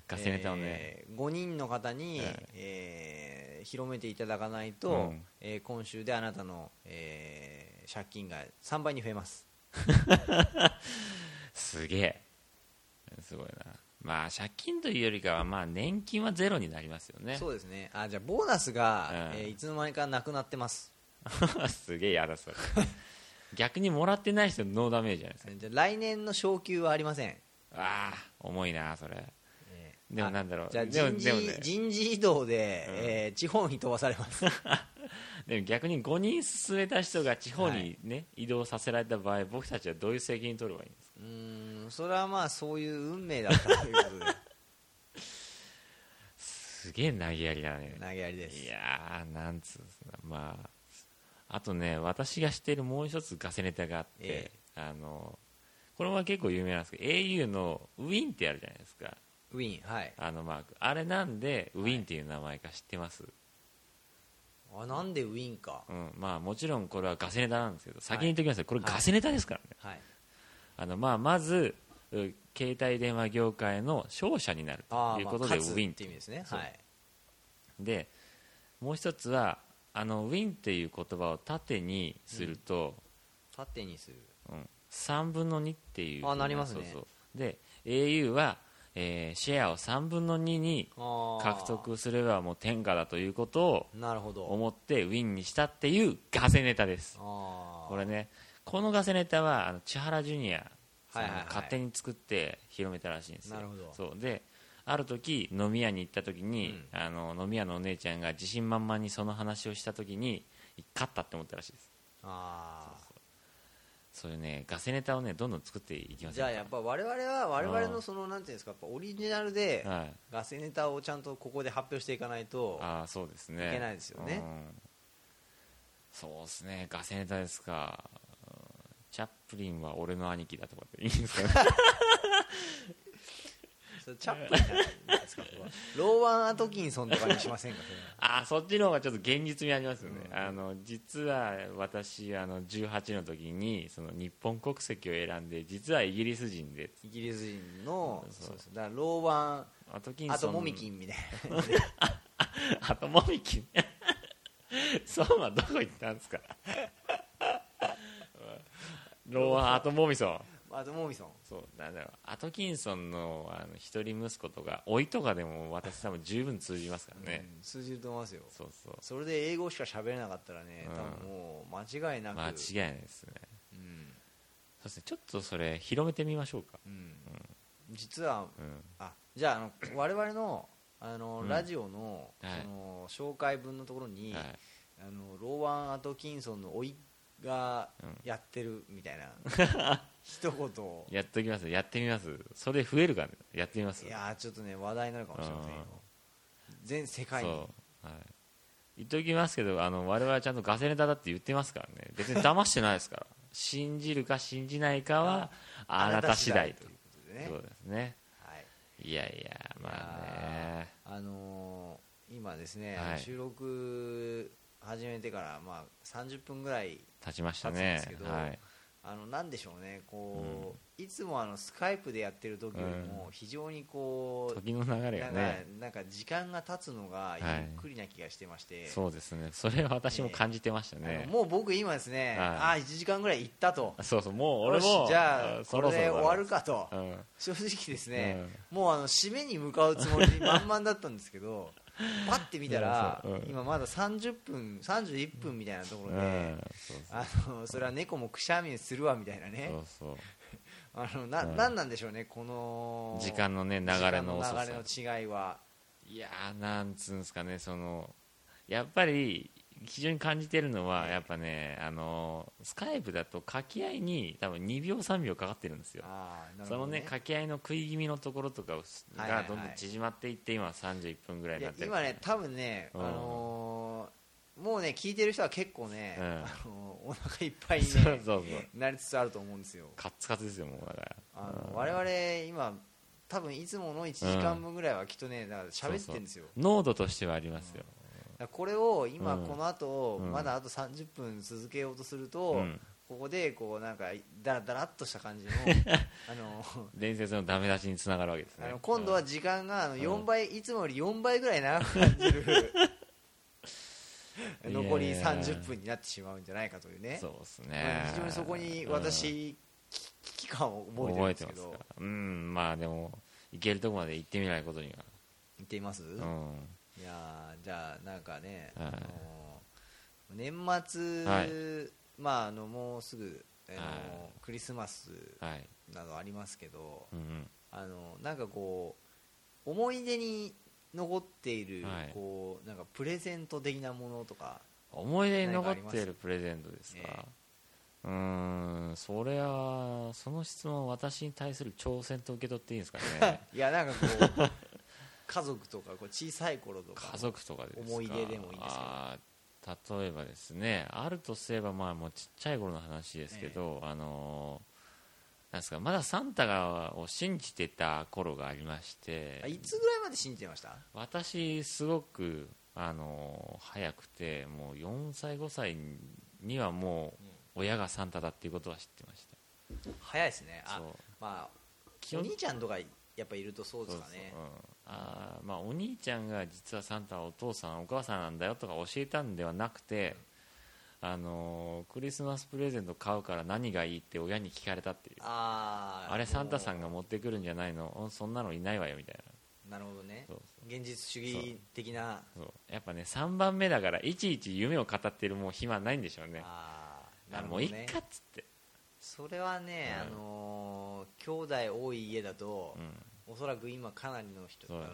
A: ガセネタをね、
B: えー5人の方に、
A: はい
B: えー広めていただかないと、
A: うん
B: えー今週であなたの、えー借金が3倍に増えます
A: すげえすごいなまあ借金というよりかはまあ年金はゼロになりますよね
B: そうですねあじゃあボーナスが、
A: うん
B: えーいつの間にかなくなってます
A: すげえ嫌だそれ逆にもらってない人ノーダメージじゃないですか
B: じゃあ来年の昇給はありません、
A: ああ重いなそれ
B: えー
A: でもなんだろう
B: じゃあ
A: でも
B: 人事
A: でもね
B: 人事異動で、
A: うん
B: えー地方に飛ばされ ます
A: でも逆に5人進めた人が地方にね、移動させられた場合僕たちはどういう責任取ればいいんですか
B: うーんそれはまあそういう運命だったということ
A: すげえ投げやりだね
B: で投げやりです
A: いやーなんつうんですかまああとね私が知っているもう一つガセネタがあって、
B: え
A: あのこれは結構有名なんですけど au のウィンってあるじゃないですか
B: ウィーンはい
A: あのマークあれなんでウィンっていう名前か知ってます、
B: あなんでウィーンか、
A: うん、まあもちろんこれはガセネタなんですけど先に言っておきますよこれガセネタですからね、
B: はい、
A: あのまあまずう携帯電話業界の勝者になると
B: ああ
A: いう
B: まあ
A: ことでウ
B: 勝つ
A: ィン
B: っていう意味ですね
A: そう
B: はい
A: でもう一つはあのウィンっていう言葉を縦にすると、
B: 縦にする
A: うん3分の2っていう
B: あなりますね
A: そうそうで au は、えーシェアを3分の2に
B: ああ
A: 獲得すればもう天下だということを
B: なるほど
A: 思ってウィンにしたっていうガセネタです
B: ああ
A: これねこのガセネタはあの千原ジュニアさん
B: はい
A: が
B: はいはい
A: 勝手に作って広めたらしいんですよ、
B: なるほど
A: そうである時飲み屋に行った時に、あの飲み屋のお姉ちゃんが自信満々にその話をした時に勝ったって思ったらしいです
B: ああ
A: そういうねガセネタをねどんどん作っていきます
B: じゃあやっぱ我々は我々のそのなんていうんですかやっぱオリジナルで
A: はい、
B: ガセネタをちゃんとここで発表していかないと
A: ああそうですね
B: いけないですよね
A: うんそうですねガセネタですかうんチャップリンは俺の兄貴だとかっていいんですかね
B: そそれチャップリンなんですかこ こはローワン・アトキンソンとかにしませんかそれは
A: あーそっちの方がちょっと現実味ありますよね、
B: うん
A: あの実は私あの18の時にその日本国籍を選んで実はイギリス人で
B: イギリス人の
A: そう
B: そうそうだからローワ
A: アトキン
B: ン
A: ソン
B: あとモミキンみたい
A: あとモミキン そうはどこ行ったんですか ローアン・アトモミソン
B: なあとモミソン
A: そうなんだろうアトキンソンのあの一人息子とか甥とかでも私多分十分通じますからね、
B: うん通じると思いますよ
A: そうそう
B: それで英語しか喋れなかったらね
A: うん
B: 多分もう間違いなく
A: 間違いないですね
B: う
A: そ
B: ん
A: うですねちょっとそれ広めてみましょうか
B: うん実は
A: うん
B: あじゃああの 我々のあの、
A: うん
B: ラジオの,、
A: はい
B: その紹介文のところに、
A: はい
B: あのローワン・アトキンソンの甥が
A: うん
B: やってるみたいな、 一言を
A: やっときますやってみますそれ増えるかねやってみます
B: いやーちょっとね話題になるかもしれませんよ全世界に
A: そう、はい、言っときますけどあの我々はちゃんとガセネタだって言ってますからね別に騙してないですから 信じるか信じないかはあなた次第と
B: ということ
A: いう
B: でね
A: ことですね
B: はい
A: いやいやまあね
B: あのー今ですね、
A: はい
B: あの収録始めてから、まあ、30分ぐらい
A: 立ちました
B: 立
A: ね
B: つんですけど
A: はい
B: あのなんでしょうねこう、いつもあのスカイプでやってる時よりも非常にこう、
A: 時の流れ
B: な
A: が
B: んか
A: ね
B: なんか時間が経つのが
A: い
B: ゆっくりな気がしてまして、
A: そうですねそれは私も感じてました
B: あ
A: ね
B: のもう僕今ですね、
A: はい
B: ああ1時間ぐらい行ったと
A: そうそうもう俺も
B: よしじゃあ
A: うん
B: これで終わる
A: か
B: かと
A: うん
B: 正直ですね、もうあの締めに向かうつもり満々だったんです けどパッて見たら、
A: そうそううん
B: 今まだ30分31分みたいなとこ
A: う
B: ろ
A: ん
B: で、
A: そう
B: あのそれは猫もくしゃみするわみたいなね
A: そうそう
B: あのな、
A: うん
B: なんなんでしょうねこの
A: 時間のね流れの遅さ
B: 時間の流れの違いはい
A: やーなんつうんですかねそのやっぱり非常に感じてるのはやっぱねあのスカイプだと掛け合いに多分2秒3秒かかってるんですよ
B: あーなる
A: そ
B: ほ
A: の
B: ど
A: ね掛け合いの食い気味のところとかを
B: はいはいは
A: が
B: い
A: どんどん縮まっていって今は31分ぐらい
B: い
A: にな
B: や
A: ってる
B: 今ね多分ね、
A: うん
B: あのーもうね聞いてる人は結構ね、
A: うん
B: あのーお腹いっぱいに、ね、
A: そうそうそう
B: なりつつあると思うんですよ
A: カッツカツですよもうだから
B: あの我々今多分いつもの1時間分ぐらいはきっとねだから喋ってるんですよ
A: 濃度としてはありますよ、
B: だからこれを今
A: うん
B: この後、
A: うん
B: まだあと30分続けようとする
A: う
B: と、
A: ん、
B: ここでこうなんかだらだらっとし た感じのあの
A: 伝説のダメ出しにつながるわけです
B: あ
A: ね
B: の今度は
A: うん
B: 時間があの
A: ん
B: 4倍、いつもより4倍ぐらい長く感じる 残り
A: いやー
B: 30分になってしまうんじゃないかというね
A: そうです
B: ま
A: ね
B: あ非常にそこに
A: うん
B: 私、き危機感を覚えてるん
A: 覚え
B: で
A: て
B: す
A: ま
B: け
A: す
B: ど
A: か
B: 行
A: うんまあでも行けるとこまで行ってみないことには
B: っています、
A: うん
B: いやーじゃあなんかね、
A: はい
B: あのー年末、
A: はい
B: まああのもうすぐ、あのー
A: は
B: クリスマス
A: はい
B: などありますけど
A: うんうん
B: あのなんかこう思い出に残っている、
A: はい
B: こうなんかプレゼント的なものとか
A: 思い出に
B: 何
A: 残
B: かあ
A: っ
B: ります
A: ているプレゼントですか
B: え
A: うーんそれはその質問は私に対する挑戦と受け取っていいんですか ね
B: いやなんか こう家族とかこう小さい頃とか
A: 家族とかですか
B: 思い出でもいいんですけど
A: あー例えばですねあるとすればまあもうちっちゃい頃の話ですけど、あのーなんですかまだサンタがを信じてた頃がありまして
B: あいつぐらいまで信じてました
A: 私すごくあの早くてもう4歳5歳にはもう親がサンタだっていうことは知ってまし
B: 早いですね
A: た
B: あ
A: そう
B: まあ
A: 本
B: お兄ちゃんとかやっぱいるとそうで
A: そう
B: す
A: そう
B: かね
A: うんあーまあお兄ちゃんが実はサンタはお父さんお母さんなんだよとか教えたんではなくてあのークリスマスプレゼント買うから何がいいって親に聞かれたっていう
B: あー
A: あれサンタさんが
B: も
A: 持ってくるんじゃないのうんそんなのいないわよみたいな
B: うなるほどね
A: そう
B: 現実主義的な
A: そうそうやっぱね3番目だからいちいち夢を語ってるもう暇ないんでしょうね
B: あーな
A: あ
B: る
A: もう
B: ほど
A: いっ
B: ね
A: かっつって、
B: それはね、
A: うん
B: あのー兄弟多い家だと、
A: うん
B: おそらく今かなりの人あ
A: そう
B: の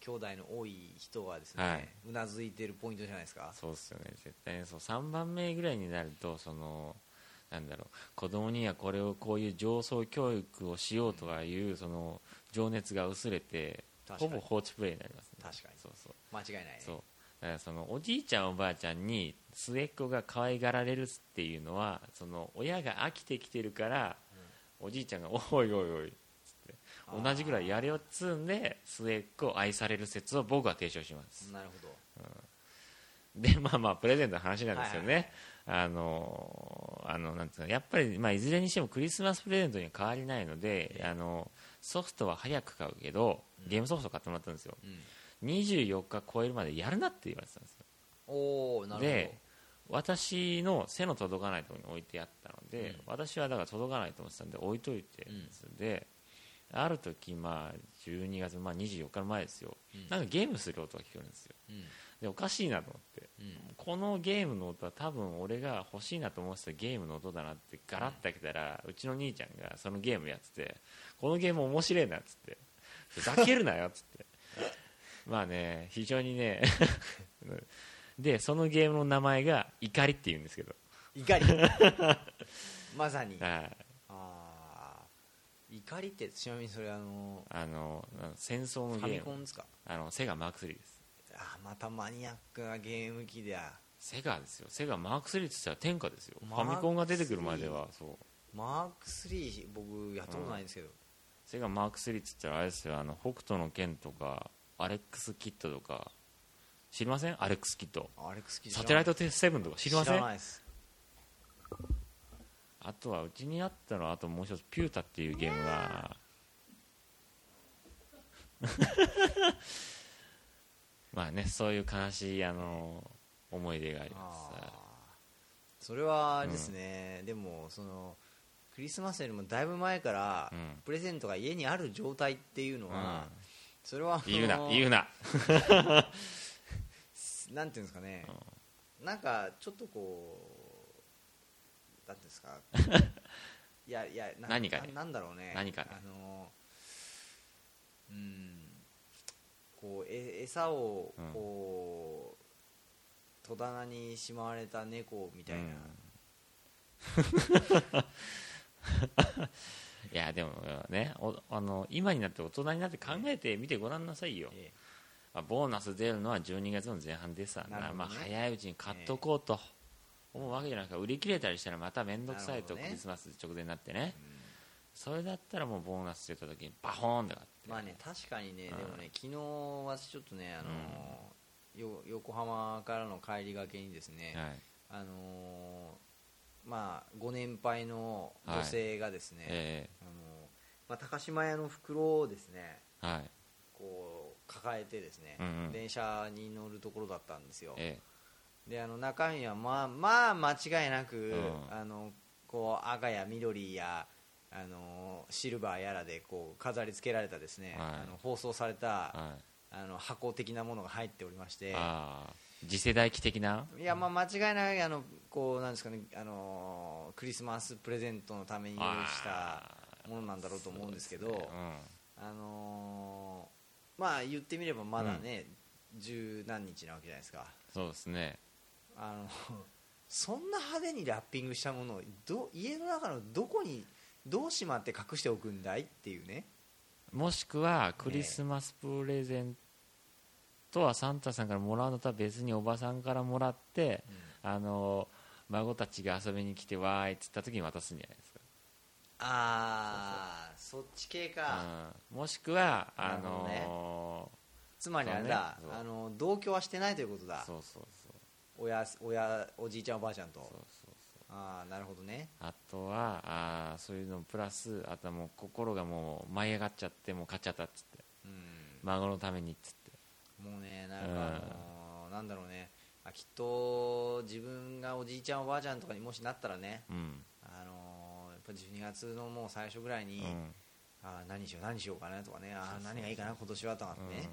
B: 兄弟の多い人はですね、
A: はいう
B: なずいてるポイントじゃないですか
A: そうっすよね絶対ねそう3番目ぐらいになるとそのなんだろう子供にはこれをこういう上層教育をしようとかいう、その情熱が薄れて
B: 確か
A: ほ
B: に
A: ぼ放置プレイになりますね
B: 確かに
A: そうそう
B: 間違いないね
A: そうだからそのおじいちゃんおばあちゃんに末っ子が可愛がられるっていうのはその親が飽きてきてるから、おじいちゃんが「おいおいおい」
B: あー
A: 同じぐらいやれを積んで末っ子を愛される説を僕は提唱します
B: なるほど
A: で まあまあプレゼントの話なんですけど
B: はい
A: ね、あのあのなんていうかやっぱり、まあ、いずれにしてもクリスマスプレゼントには変わりないので、あのソフトは早く買うけどゲームソフト買ってもらったんですよ
B: うん
A: 24日超えるまでやるなって言われてたんですよ
B: おおなる
A: で私の背の届かないところに置いてあったので、
B: うん
A: 私はだから届かないと思ってたんで置いといて、である時まあ12月、まあ、24日の前ですよ、
B: うん
A: なんかゲームする音が聞こえるんですよ
B: ほどうん
A: でおかしいなと思って
B: うん
A: このゲームの音は多分俺が欲しいなと思ってたゲームの音だなってガラッと開けたら、うちの兄ちゃんがそのゲームやっててこのゲーム面白いなっつってふざけるなよっつって まあね非常にね でそのゲームの名前が「怒り」って言うんですけど、
B: 怒りまさにあ
A: はい
B: あー怒りってちなみにそれあの
A: あの戦争の
B: ファ
A: ゲ
B: ミ
A: ー
B: コン
A: ム
B: ですか
A: あのセガマーク3です
B: あーまたマニアックなゲーム機だ
A: セガですよセガマーク3って言ったら天下ですよフ
B: マー
A: ァミ
B: ク
A: コンが出てくるまではそう
B: マーク3僕やったことないんですけど、
A: セガマーク3っつったらあれですよあの北斗の拳とかアレックスキッドとか知りませんアレックスキッド
B: あれ好き
A: サテライトテセブンとか知りませ
B: 知
A: ん
B: らないです
A: あとはうちにあったのはあともう一つピュータっていうゲーム がまあねそういう悲しいあの思い出があります
B: あーそれはあれですね、でもそのクリスマスよりもだいぶ前から、
A: うん
B: プレゼントが家にある状態っていうのは、
A: うん
B: それはあの
A: 言うな言うな
B: なんていうんですかね、なんかちょっとこうなんていうんで すかいやいやな
A: 何かね
B: ななんだろうね
A: 何かね
B: あのうんこうえ餌を
A: うん
B: こう、戸棚にしまわれた猫みたいな、
A: いやでもねおあの今になって大人になって考えてみてごらんなさいよ、
B: え
A: まあ、ボーナス出るのは12月の前半ですわな
B: なるほどね
A: まあ、早いうちに買っとこうと思うわけじゃなくて売り切れたりしたらまた面倒くさいと、
B: なるほどね
A: クリスマス直前になってね
B: え
A: それだったらもうボーナス出た時にバホーンとかって、
B: まあね確かにね、
A: うん
B: でもね昨日私ちょっとねあの、よ横浜からの帰りがけにですね、
A: はい
B: あのーまあ、ご年配の女性がですね、
A: え
B: あのーまあ、高島屋の袋をですね
A: えはい
B: こう抱えてですね、
A: うんうん
B: 電車に乗るところだったんですよ、
A: え
B: であの中身はまあまあ間違いなく、
A: ん
B: あのこう赤や緑やあのーシルバーやらでこう飾り付けられたですね、
A: はい
B: あの包装された、
A: えはい
B: あの箱的なものが入っておりまして
A: ああ次世代機的ない
B: やまあ間違いないあのこうなんですかねあのークリスマスプレゼントのために用意したものなんだろうと思うんですけど
A: そうですね
B: あのーまあ言ってみればまだね十何日なわけじゃないですか
A: うん、そうですね
B: あのそんな派手にラッピングしたものをど家の中のどこにどうしまって隠しておくんだいっていうね
A: もしくはクリスマスプレゼントはサンタさんからもらうのとは別におばさんからもらって、あの孫たちが遊びに来てわーいっつった時に渡すんじゃないですか
B: ああそっち系か
A: うん、もしくはあ
B: なるほどね
A: の
B: つまりあれだ、
A: そうねそう
B: あの同居はしてないということ
A: ー
B: だ
A: そうそうそう
B: 親親おじいちゃんおばあちゃんと
A: そうそう
B: ああなるほどね
A: あとはあーそういうのプラスあとはもう心がもう舞い上がっちゃってもう買っちゃったっつって
B: うん
A: 孫のためにっつって
B: もうねなんか、あのーなんだろうねあきっと自分がおじいちゃんおばあちゃんとかにもしなったらね、
A: うん、
B: あのーやっぱ12月のもう最初ぐらいに、
A: うん
B: あー何しよう何しようかなとかねあ
A: そう
B: ー
A: そう
B: 何がいいかな今年はとかってね、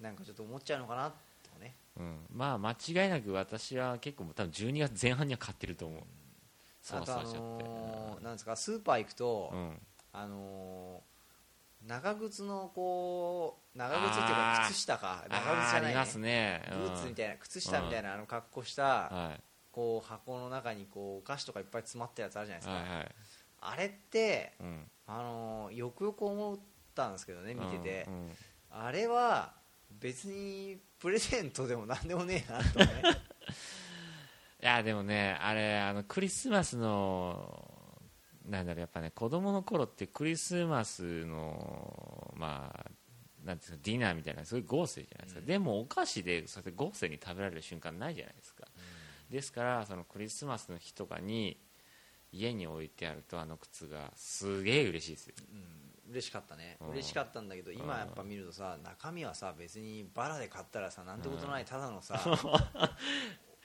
B: なんかちょっと思っちゃうのかなとかね
A: うん、まあ間違いなく私は結構もう多分12月前半には買ってると思うそ
B: あ
A: わそ
B: とあ
A: わしちゃって、
B: のーなんですかスーパー行くと、
A: うんうん
B: あのー長靴のこう長靴っていうか
A: あー
B: 靴下か長靴
A: あ
B: じ
A: ー
B: ゃ
A: あ
B: ない、
A: り
B: ね、
A: ますね、
B: ブーツみたいな靴下みたいなあの格好した、
A: うんはい
B: こう箱の中にこうお菓子とかいっぱい詰まったやつあるじゃないですか、
A: はいはい、
B: あれって、
A: うん、
B: あのーよくよく思ったんですけどね見てて、
A: うんうん
B: あれは別にプレゼントでもなんでもねえな とね
A: いやでもねあれあのクリスマスのなんだろうやっぱね子供の頃ってクリスマスのまあなんていうんですかディナーみたいなすごい豪勢じゃないですか、
B: うん
A: でもお菓子でそうやって豪勢に食べられる瞬間ないじゃないですか、ですからそのクリスマスの日とかに家に置いてあるとあの靴がすげえ嬉しいですよ
B: うん嬉しかったね
A: うん
B: 嬉しかったんだけど今やっぱ見るとさ中身はさ別にバラで買ったらさなんてことないただの さ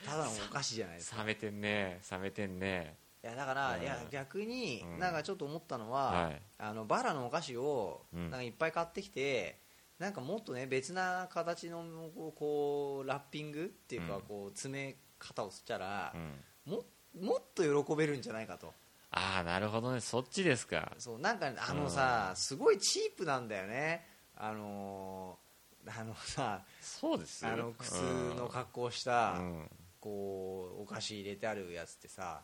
B: ただのお菓子じゃないですか
A: 冷めてんね冷めてんね
B: いやだから、
A: うん
B: いや逆に
A: うん
B: なんかちょっと思ったの
A: は
B: は、
A: い
B: あのバラのお菓子を
A: うん
B: なんかいっぱい買ってきて、なんかもっとね別な形のこうこうラッピングっていうか、
A: うん
B: こう詰め方をしたら
A: う、ん
B: ももっと喜べるんじゃないかと
A: ああなるほどねそっちですか
B: そうなんかねあのさ、
A: うん
B: すごいチープなんだよねあのーあのさ
A: そうですよ
B: あの靴の格好した、
A: うんうん
B: こうお菓子入れてあるやつってさ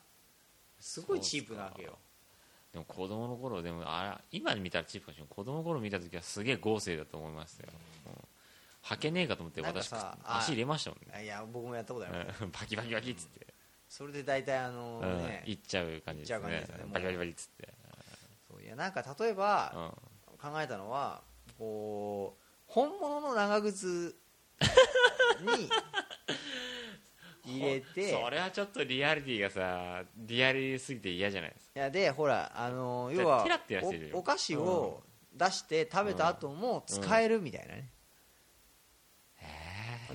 B: すごいチープなわけよ
A: でも子供の頃でもあら今見たらチープかもしれない子供の頃見た時はすげえ豪勢だと思いましたよ、うん、履けねえかと思って
B: なんか
A: 私
B: さあ
A: 足入れましたもんね
B: あいや僕もやったことある、
A: うんバキバキバキっつって、
B: それで大体あの
A: うん
B: ね、
A: いっちゃう感じですね
B: いっちゃう感じですねもう
A: バキバキバキっつって、
B: そういやなんか例えば
A: うん
B: 考えたのはこう本物の長靴 に入れて
A: それはちょっとリアリティがさリアリすぎて嫌じゃないです
B: いやでほらあの
A: じゃあ
B: 要は
A: テラッテラしてるよ
B: おお菓子を出して食べた後も使えるみたいなね、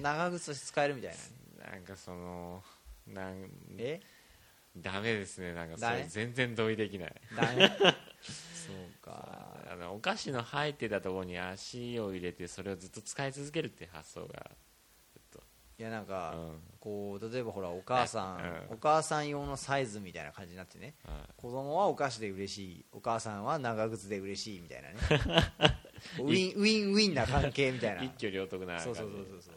B: 長靴として使えるみたいなね
A: かなんかそのなん
B: え
A: ダメですねなんかそ
B: ダ
A: れ
B: メ
A: 全然同意できない
B: ダメそうか
A: あのお菓子の入ってたところに足を入れてそれをずっと使い続けるっていう発想が、
B: いやなんか、
A: うん
B: こう例えばほらお母さん、
A: うん
B: お母さん用のサイズみたいな感じになってね
A: はい
B: 子供はお菓子で嬉しいお母さんは長靴で嬉しいみたいなね ウィンウィンウィンな関係みたいな
A: 一挙両得な感じ
B: そうそうそうそうそう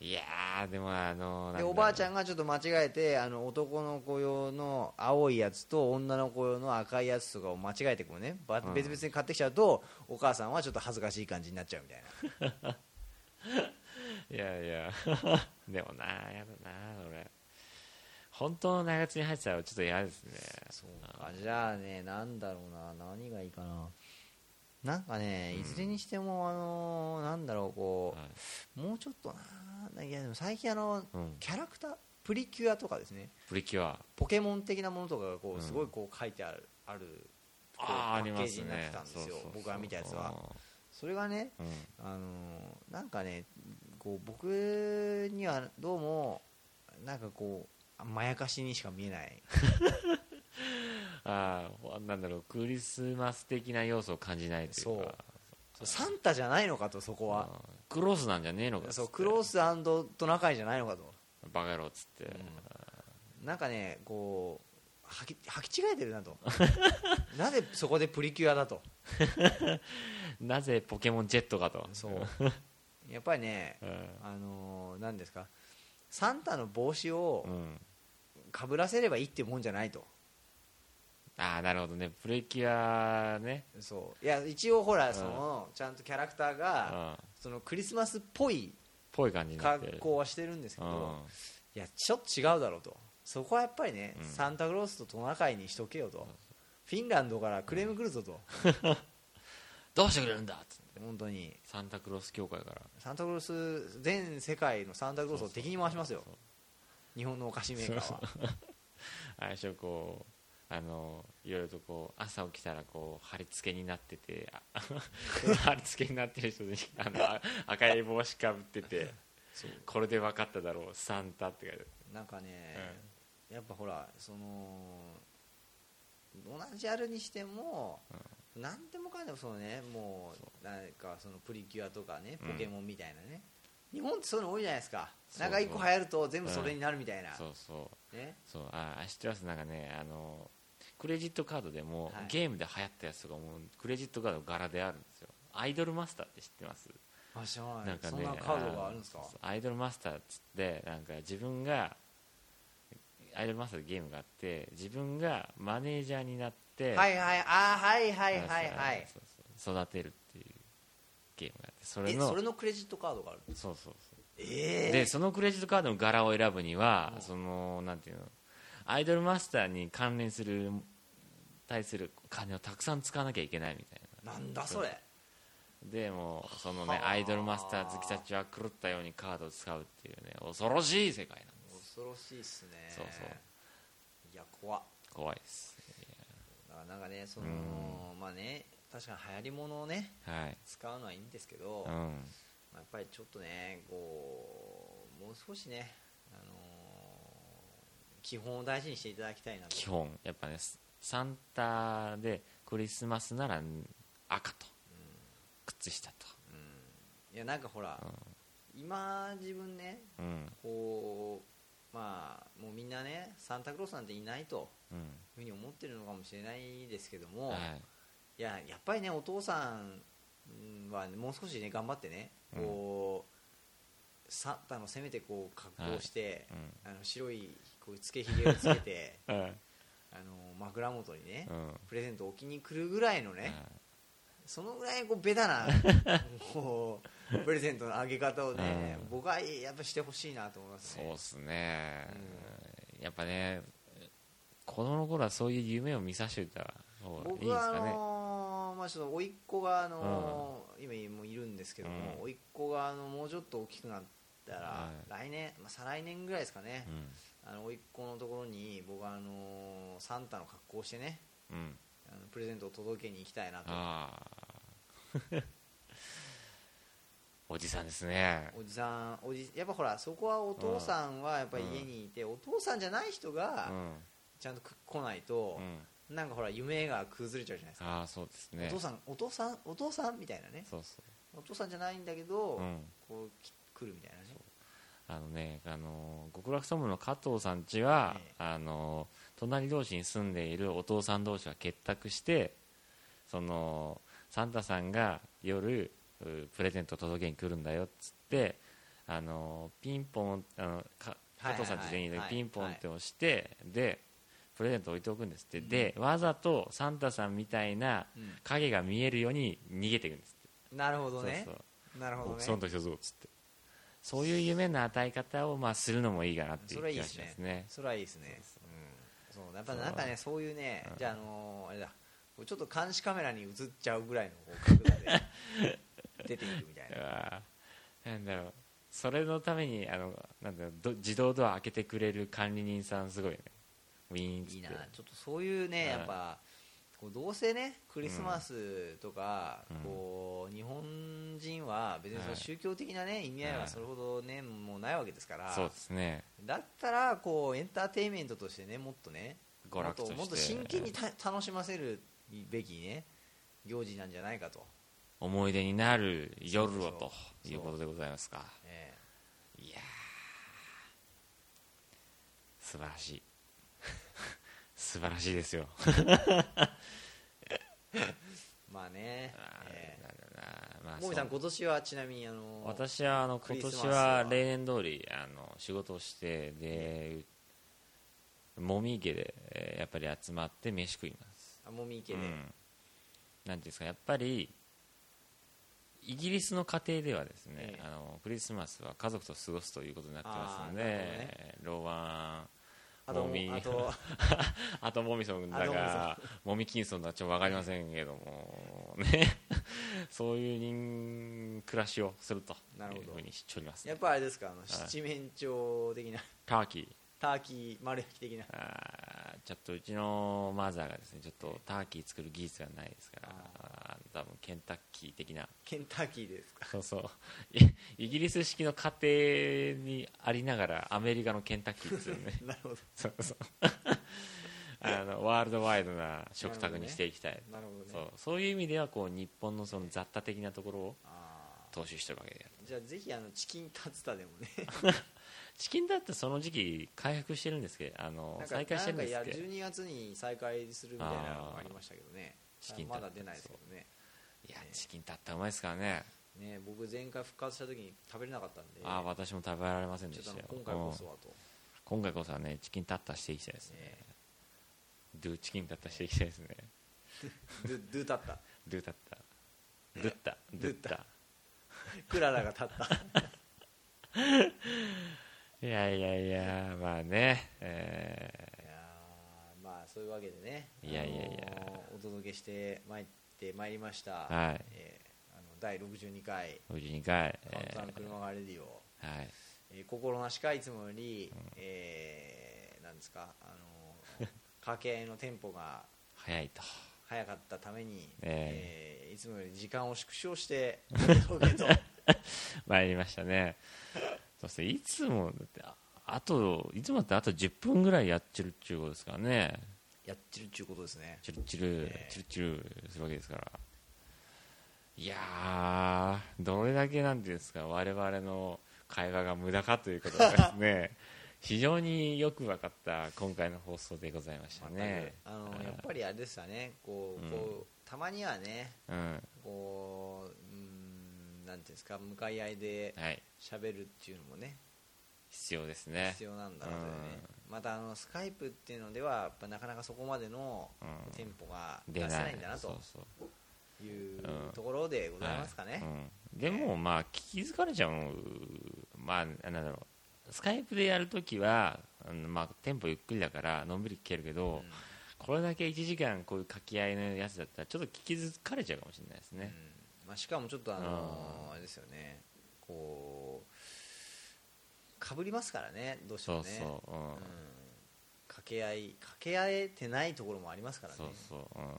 A: いやーでもあの
B: でおばあちゃ
A: ん
B: んがちょっと間違えてあの男の子用の青いやつと女の子用の赤いやつとかを間違えてこうねば
A: うん
B: 別々に買ってきちゃうと、お母さんはちょっと恥ずかしい感じになっちゃうみたい
A: いやいや でもなやだな俺本当の長靴に入ってたらちょっと嫌ですね
B: なあじゃあねなんだろうな何がいいかななんかねいずれにしても、あのーなんだろうこ
A: はいう
B: もうちょっとないやでも最近あの
A: うん、
B: キャラクタープリキュアとかですね
A: プリキュア
B: ポケモン的なものとかがこ
A: うん
B: うすごいこう書いてある、あるこう
A: あーあり
B: パッケ
A: ま
B: ージ
A: す
B: になっ
A: ね
B: てたんですよ
A: そうそうそう
B: 僕が見たやつはそれがね
A: うんうん
B: あのーなんかねこう僕にはどうもなんかこうまやかしにしか見 えない
A: ああなんだろうクリスマス的な要素を感じないというか
B: サンタじゃないのかとそこは
A: うんクロスなんじゃねえのかっつって
B: そうクローストナカイじゃないのかと
A: バカ野郎っつって、
B: なんかねこう履き履き違えてる なとなぜそこでプリキュアだと
A: なぜポケモンジェットかと
B: そう やっぱりね
A: うん
B: あのー、なんですかサンタの帽子を
A: うん
B: かぶらせればいいってもんじゃないと、
A: ああなるほどねプリキュアね
B: そういや一応ほらそのちゃんとキャラクター
A: う
B: が
A: ん
B: そのクリスマスっぽい
A: ぽい感じになって
B: 格
A: る
B: 好はしてるんですけ
A: う
B: ど
A: ん
B: いやちょっと違うだろうとそこはやっぱりね、
A: うん
B: サンタクロースとトナカイにしとけよとフィンランドからクレーム来るぞと、
A: どうしてくれるんだっつって
B: 本当に
A: サンタクロース協会から
B: サンタクロース全世界のサンタクロースを敵に回しますよ
A: そうそう
B: 日本のお菓子メーカーは
A: あれでしょこうあのいろいろとこう朝起きたらこう貼り付けになっててあ 貼り付けになってる人にあのあ赤い帽子かぶってて
B: そう
A: これで分かっただろうサンタって書いて
B: なんかね、やっぱほらその同じやるにしても、なんでもかんでもそのねもうなんかそのプリキュアとかね
A: うん
B: ポケモンみたいなね、日本ってそういうの多いじゃないですか
A: そう
B: なんか一個流行ると全部それになるみたい
A: あ
B: な
A: る、そうそう
B: ね
A: そうああ知ってますなんかねあのクレジットカードでも、
B: はい
A: ゲームで流行ったやつとかもクレジットカード柄であるんですよアイドルマスターって知ってます
B: あ知らない
A: なんかね
B: そんなカードがあるんですか
A: のそうアイドルマスターっつってなんか自分がアイドルマスターでゲームがあって自分がマネージャーになって
B: はいはいあーはいは
A: はい
B: はいはい
A: そうそう育てるっていうゲームがあってそれ
B: え
A: の
B: それのクレジットカードがある
A: そうそうそう
B: え
A: で
B: え
A: そのクレジットカードの柄を選ぶにはそのなんていうのアイドルマスターに関連する対する金をたくさん使わなきゃいけないみたいな
B: なんだそれ
A: でもうそのね
B: はあ
A: アイドルマスター好きたちは狂ったようにカードを使うっていうね恐ろしい世界なんです
B: 恐ろしいっすね
A: そうそう
B: いや怖っ
A: 怖いです
B: だからなんかねそのまあね確かに流行り物をね
A: はい
B: 使うのはいいんですけど、
A: う
B: ま
A: ん
B: あやっぱりちょっとねこうもう少しね、あのー基本を大事にしていただきたいなと
A: 基本やっぱねスサンタでクリスマスなら赤と靴下と
B: うんいやなんかほら、今自分ね
A: うん
B: こうまあもうみんなねサンタクロースなんていないと
A: うん
B: いうふうに思ってるのかもしれないですけども、
A: はい
B: いややっぱりねお父さんはもう少しね頑張ってねこう、サンタのせめてこう格好をして、あの白いこうつけひげをつけ て
A: うん
B: あの枕元にね、
A: うん
B: プレゼントを置きに来るぐらいのね、
A: はい
B: そのぐらいこうベタ なこうプレゼントのあげ方をね、
A: うん
B: 僕はやっぱしてほしいなと思います
A: そう
B: ね
A: っすねやっぱね子供の頃はそういう夢を見させてた方がいいです
B: 僕はあ
A: かね
B: のーまあ、ちょっと甥っ子が、あのー今もういるんですけども、
A: うん
B: 甥っ子があのもうちょっと大きくなったら、
A: は
B: 来年、まあ、再来年ぐらいですかね
A: う、
B: あの甥っ子のところに僕はあのーサンタの格好をしてね
A: んうん
B: あのプレゼントを届けに行きたいなと
A: ああ おじさんですね
B: おじさんおじやっぱほらそこはお父さんはやっぱり家にいて、お父さんじゃない人
A: う
B: が
A: ん、
B: ちゃんとく来ないと
A: う、ん、
B: なんかほら夢が崩れちゃうじゃないですか、
A: ああそうですね
B: お父さんお父さんお父さんみたいなね
A: そうそ
B: お父さんじゃないんだけど、
A: う、うん、
B: こうき来るみたいなね
A: あのね、あのー極楽総務の加藤さんちは、
B: ええ
A: あのー隣同士に住んでいるお父さん同士が結託してそのサンタさんが夜うプレゼント届けに来るんだよっつってあのーピンポンあのか
B: は
A: 加
B: いはいはい
A: 藤さんち全員で
B: はい
A: ピンポンって押して、でプレゼント置いておくんですって、でわざとサンタさんみたいな
B: うん
A: 影が見えるように逃げていくんですって、
B: なるほどね
A: そうそう
B: なるほど
A: 僕その
B: ね
A: 時どうぞっつってそういう夢の与え方をまあするのもいいかなっていう
B: それはい
A: 気
B: い
A: が
B: です
A: しま
B: ね
A: すね
B: それはいいですねうんそうやっぱなんかねそういうね、じゃああのーあれだこうちょっと監視カメラに映っちゃうぐらいのこう角度 で出ていくみたいな
A: うわーなんだろうそれのためにあのなんだろうど自動ドア開けてくれる管理人さんすごいねウィーンっつって
B: いいなちょっとそういうね
A: うん
B: やっぱこうどうせねクリスマスとか、
A: うん
B: こう日本人は別にそ
A: は
B: の
A: い
B: 宗教的な、ね、意味合い
A: は
B: はいそれほど、ね、もうないわけですから
A: そうですね
B: だったらこうエンターテインメントとしてねもっとね
A: 娯楽として
B: もっともっと真剣にた楽しませるべきね行事なんじゃないかと、
A: 思い出になる夜をと
B: そう
A: いうことでございますか
B: ええ
A: いやー素晴らしい 素晴らしいですよ
B: まあね
A: あ、ー
B: え
A: なるほど なまあ
B: えもみさん
A: そ
B: 今年はちなみにあの
A: 私はあの
B: ク
A: 今
B: リスマス
A: 年は例年通りあの仕事をしてでもみ池でえーやっぱり集まって飯食います、
B: あもみ
A: う
B: 池
A: ん、
B: で、
A: なんていうんですかやっぱりイギリスの家庭ではですね、
B: ええ
A: あのクリスマスは家族と過ごすということになってますので、
B: あーなるほどね
A: ローワン
B: あと
A: もみ
B: あと
A: あともみそんだかもみきんそんだかちょっと分かりませんけども ねそういう人暮らしをすると
B: なる
A: い
B: ほ
A: う
B: ど
A: ふうにしております
B: やっぱあれですかあの七面鳥的な
A: ターキー
B: ターキー丸焼き的な
A: あーちょっとうちのマザーがですねちょっとターキー作る技術がないですからあー多分ケンタッキー的な
B: ケンターキーで すか
A: そうそういイギリス式の家庭にありながらアメリカのケンタッキーですよね
B: なるほど
A: そうそう あのワールドワイドな食卓にしていきたい、
B: なるほどね
A: そうそういう意味ではこう日本のその雑多的なところを
B: あ
A: 踏襲してるわけで
B: ーじゃあぜひあのチキンタツタでもね
A: チキンだってその時期回復してるんですけどあの
B: なんか
A: 再開してるんです
B: なん
A: け
B: かい
A: ど
B: や12月に再開するみたいなのがありましたけどね
A: あーチキンタ
B: ま
A: ツタ
B: だ出ないですけどね
A: いやチキンだったらうまいですからね
B: ね僕前回復活した時に食べれなかったんで
A: ああ私も食べられませんで
B: ちょ
A: し
B: っとあ
A: た
B: の
A: よ
B: 今回こそはと、
A: うん今回こそはねチキンタッタしていきたいですね
B: ね
A: ドゥチキンタッタしていきたいですね
B: ドゥドゥタッタ
A: ドゥタッタドゥッタドゥッタ
B: クララが 立った
A: いやいやいやまあねえ
B: いやーまあそういうわけでね
A: いやいやいや
B: あのーお届けしてまいってまいりました、
A: はい
B: えーあの第62回
A: 62回、
B: 「簡
A: え
B: 単車がレディオ」
A: ーはい、
B: えー心なしかいつもより、えーなんですかあの ー家計のテンポが
A: 早いと
B: 早かったために、
A: え
B: えーいつもより時間を縮小して届け と
A: 参りましたねそしていつもだってああといつもだってあと10分ぐらいやってるっちゅうことですからね
B: やってるっちゅうことですね
A: チュルチュル
B: ええ
A: チュルチュルするわけですからいやーどれだけなんていうんですか我々の会話が無駄かということがです ね非常によく分かった今回の放送でございましたね
B: 全くあの
A: はい
B: やっぱりあれでしたねこう、
A: うん
B: こうたまにはね
A: うん
B: こううんなんていうんですか向かい合いで
A: はい
B: 喋るっていうのもね
A: 必要ですね
B: 必要なんだなとね、またあのスカイプっていうのではやっぱなかなかそこまでの
A: うん
B: テンポが出
A: 出
B: せ
A: な
B: ないいんだな
A: そう
B: と
A: そう
B: いう
A: うん
B: ところでございますか
A: は
B: ね、
A: うん、でもまあ気づかれちゃうまあなんだろうスカイプでやるときは、うんまあ、テンポゆっくりだからのんびり聞けるけど、
B: うん
A: これだけ1時間こういう書き合いのやつだったらちょっと聞き疲れちゃうかもしれないです
B: うん
A: ね、
B: まあ、しかもちょっとあの
A: う
B: あれですよねこうかぶりますからねどうして
A: そ
B: も
A: う
B: ね
A: そう、うん
B: うん掛け合い掛け合えてないところもありますからね
A: そうそう、うん
B: うん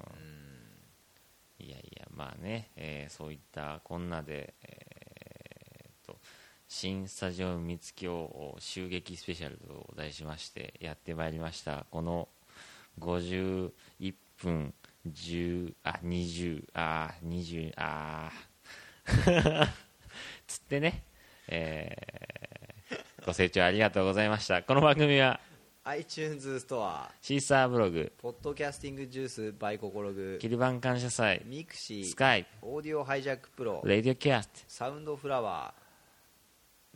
A: いやいやまあね、えーそういったこんなで、えーっと新スタジオ三月を襲撃スペシャルと題しましてやってまいりましたこの51分10あ20あ20あ つってね、えーご清聴ありがとうございましたこの番組は
B: iTunes ストア
A: シーサーブログ
B: ポッドキャスティングジュースバイココログ
A: キルバン感謝祭
B: ミクシ
A: ス
B: ー
A: カイ
B: オーディオハイジャックプロ
A: プレディオキャスト
B: サウンドフラワ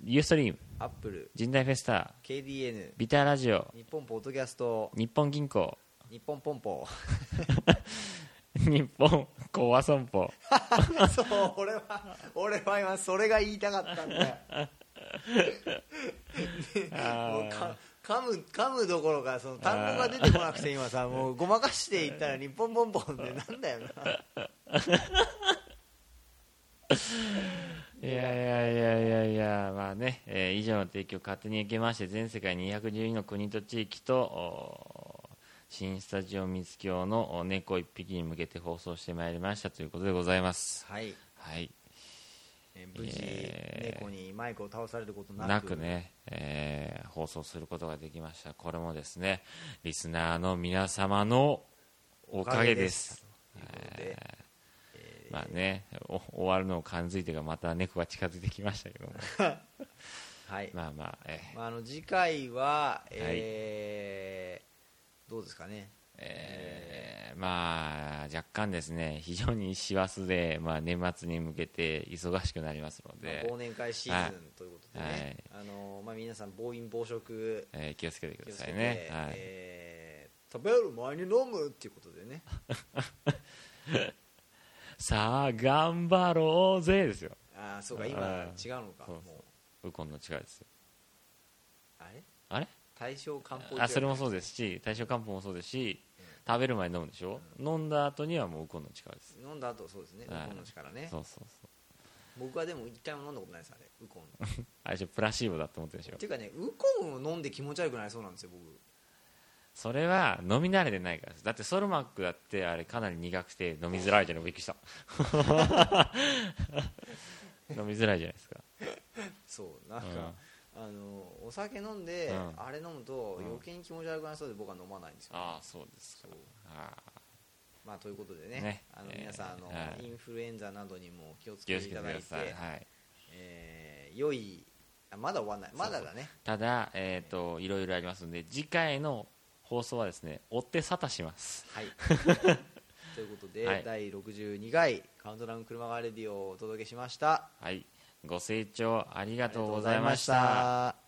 A: ユーストリーム
B: ーアップル
A: 神代フェスタ
B: KDN
A: ビターラジオ
B: 日本ポッドキャスト
A: 日本銀行
B: 日本ポンポ
A: 日本コ和損保
B: そう俺は俺は今それが言いたかったんだよもうか噛む噛むどころかその単語が出てこなくて今さもうごまかしていったら日本ポンポンってなんだよない
A: やいやいやいやいやまあね、えー以上の提供を勝手に受けまして全世界212の国と地域とおー新スタジオ三つ京のお猫一匹に向けて放送してまいりましたということでございます
B: はい
A: はい
B: えー無事
A: えー
B: 猫にマイクを倒されることな
A: な
B: く
A: くね、えー放送することができましたこれもですねリスナーの皆様のおかげです
B: おかげですということで
A: まあねお終わるのを感づいてがまた猫が近づいてきましたけども
B: はい
A: まあまあ、えー
B: まあ、あの次回は、えーどうですかね
A: えーまあ若干ですね非常に師走で、まあ、年末に向けて忙しくなりますの
B: まあ
A: で、
B: 忘年会シーズンということでね、あのまあ、皆さん暴飲暴食
A: えー気をつけてく
B: 気
A: だ
B: をつ
A: さ
B: け
A: い
B: て、
A: ね、はい
B: えー食べる前に飲むっていうこと でね
A: さあ頑張ろうぜですよ
B: ああそうか今
A: あ
B: 違うのか
A: そうそう
B: もう
A: ウコンの力ですよ
B: あれ
A: あれ
B: 大正漢方
A: あそれも
B: う
A: そうですし大正漢方もそうですし食べる前に飲むでしょ、飲んだ後にはもうウコンの力です
B: 飲んだ後そうですねウ
A: はい
B: コンの力ね
A: そうそうそう
B: 僕はでも一回も飲んだことないですあ れウコンっ
A: あれでしょプラシーボだと思ってるでしょ
B: ていうかねウコンを飲んで気持ち悪くなりそうなんですよ僕
A: それは飲み慣れてないからですだってソルマックだってあれかなり苦くて飲みづらいじゃないびっくりした 飲みづらいじゃないですか
B: そうなんか、あのお酒飲んで、
A: うん
B: あれ飲むと
A: うん
B: 余計に気持ち悪くなりそうで僕は飲まないんですよ、
A: ああそうですか
B: そう
A: あ
B: まあ、ということでね
A: ね
B: あの
A: えー
B: 皆さん、あの
A: はい
B: インフルエンザなどにも気をつ
A: 気
B: け
A: を
B: て
A: つ
B: い
A: けて
B: た
A: く
B: だい
A: だ
B: て
A: さい、はい、
B: えー良いあまだ終わんないまだだね
A: ただえっ、といろいろありますので次回の放送はですね追って沙汰します
B: はいということで、
A: はい
B: 第62回「カウントダウン車がレディオ」をお届けしました
A: はいご清聴あり
B: あ
A: がとうございました
B: りがとうございました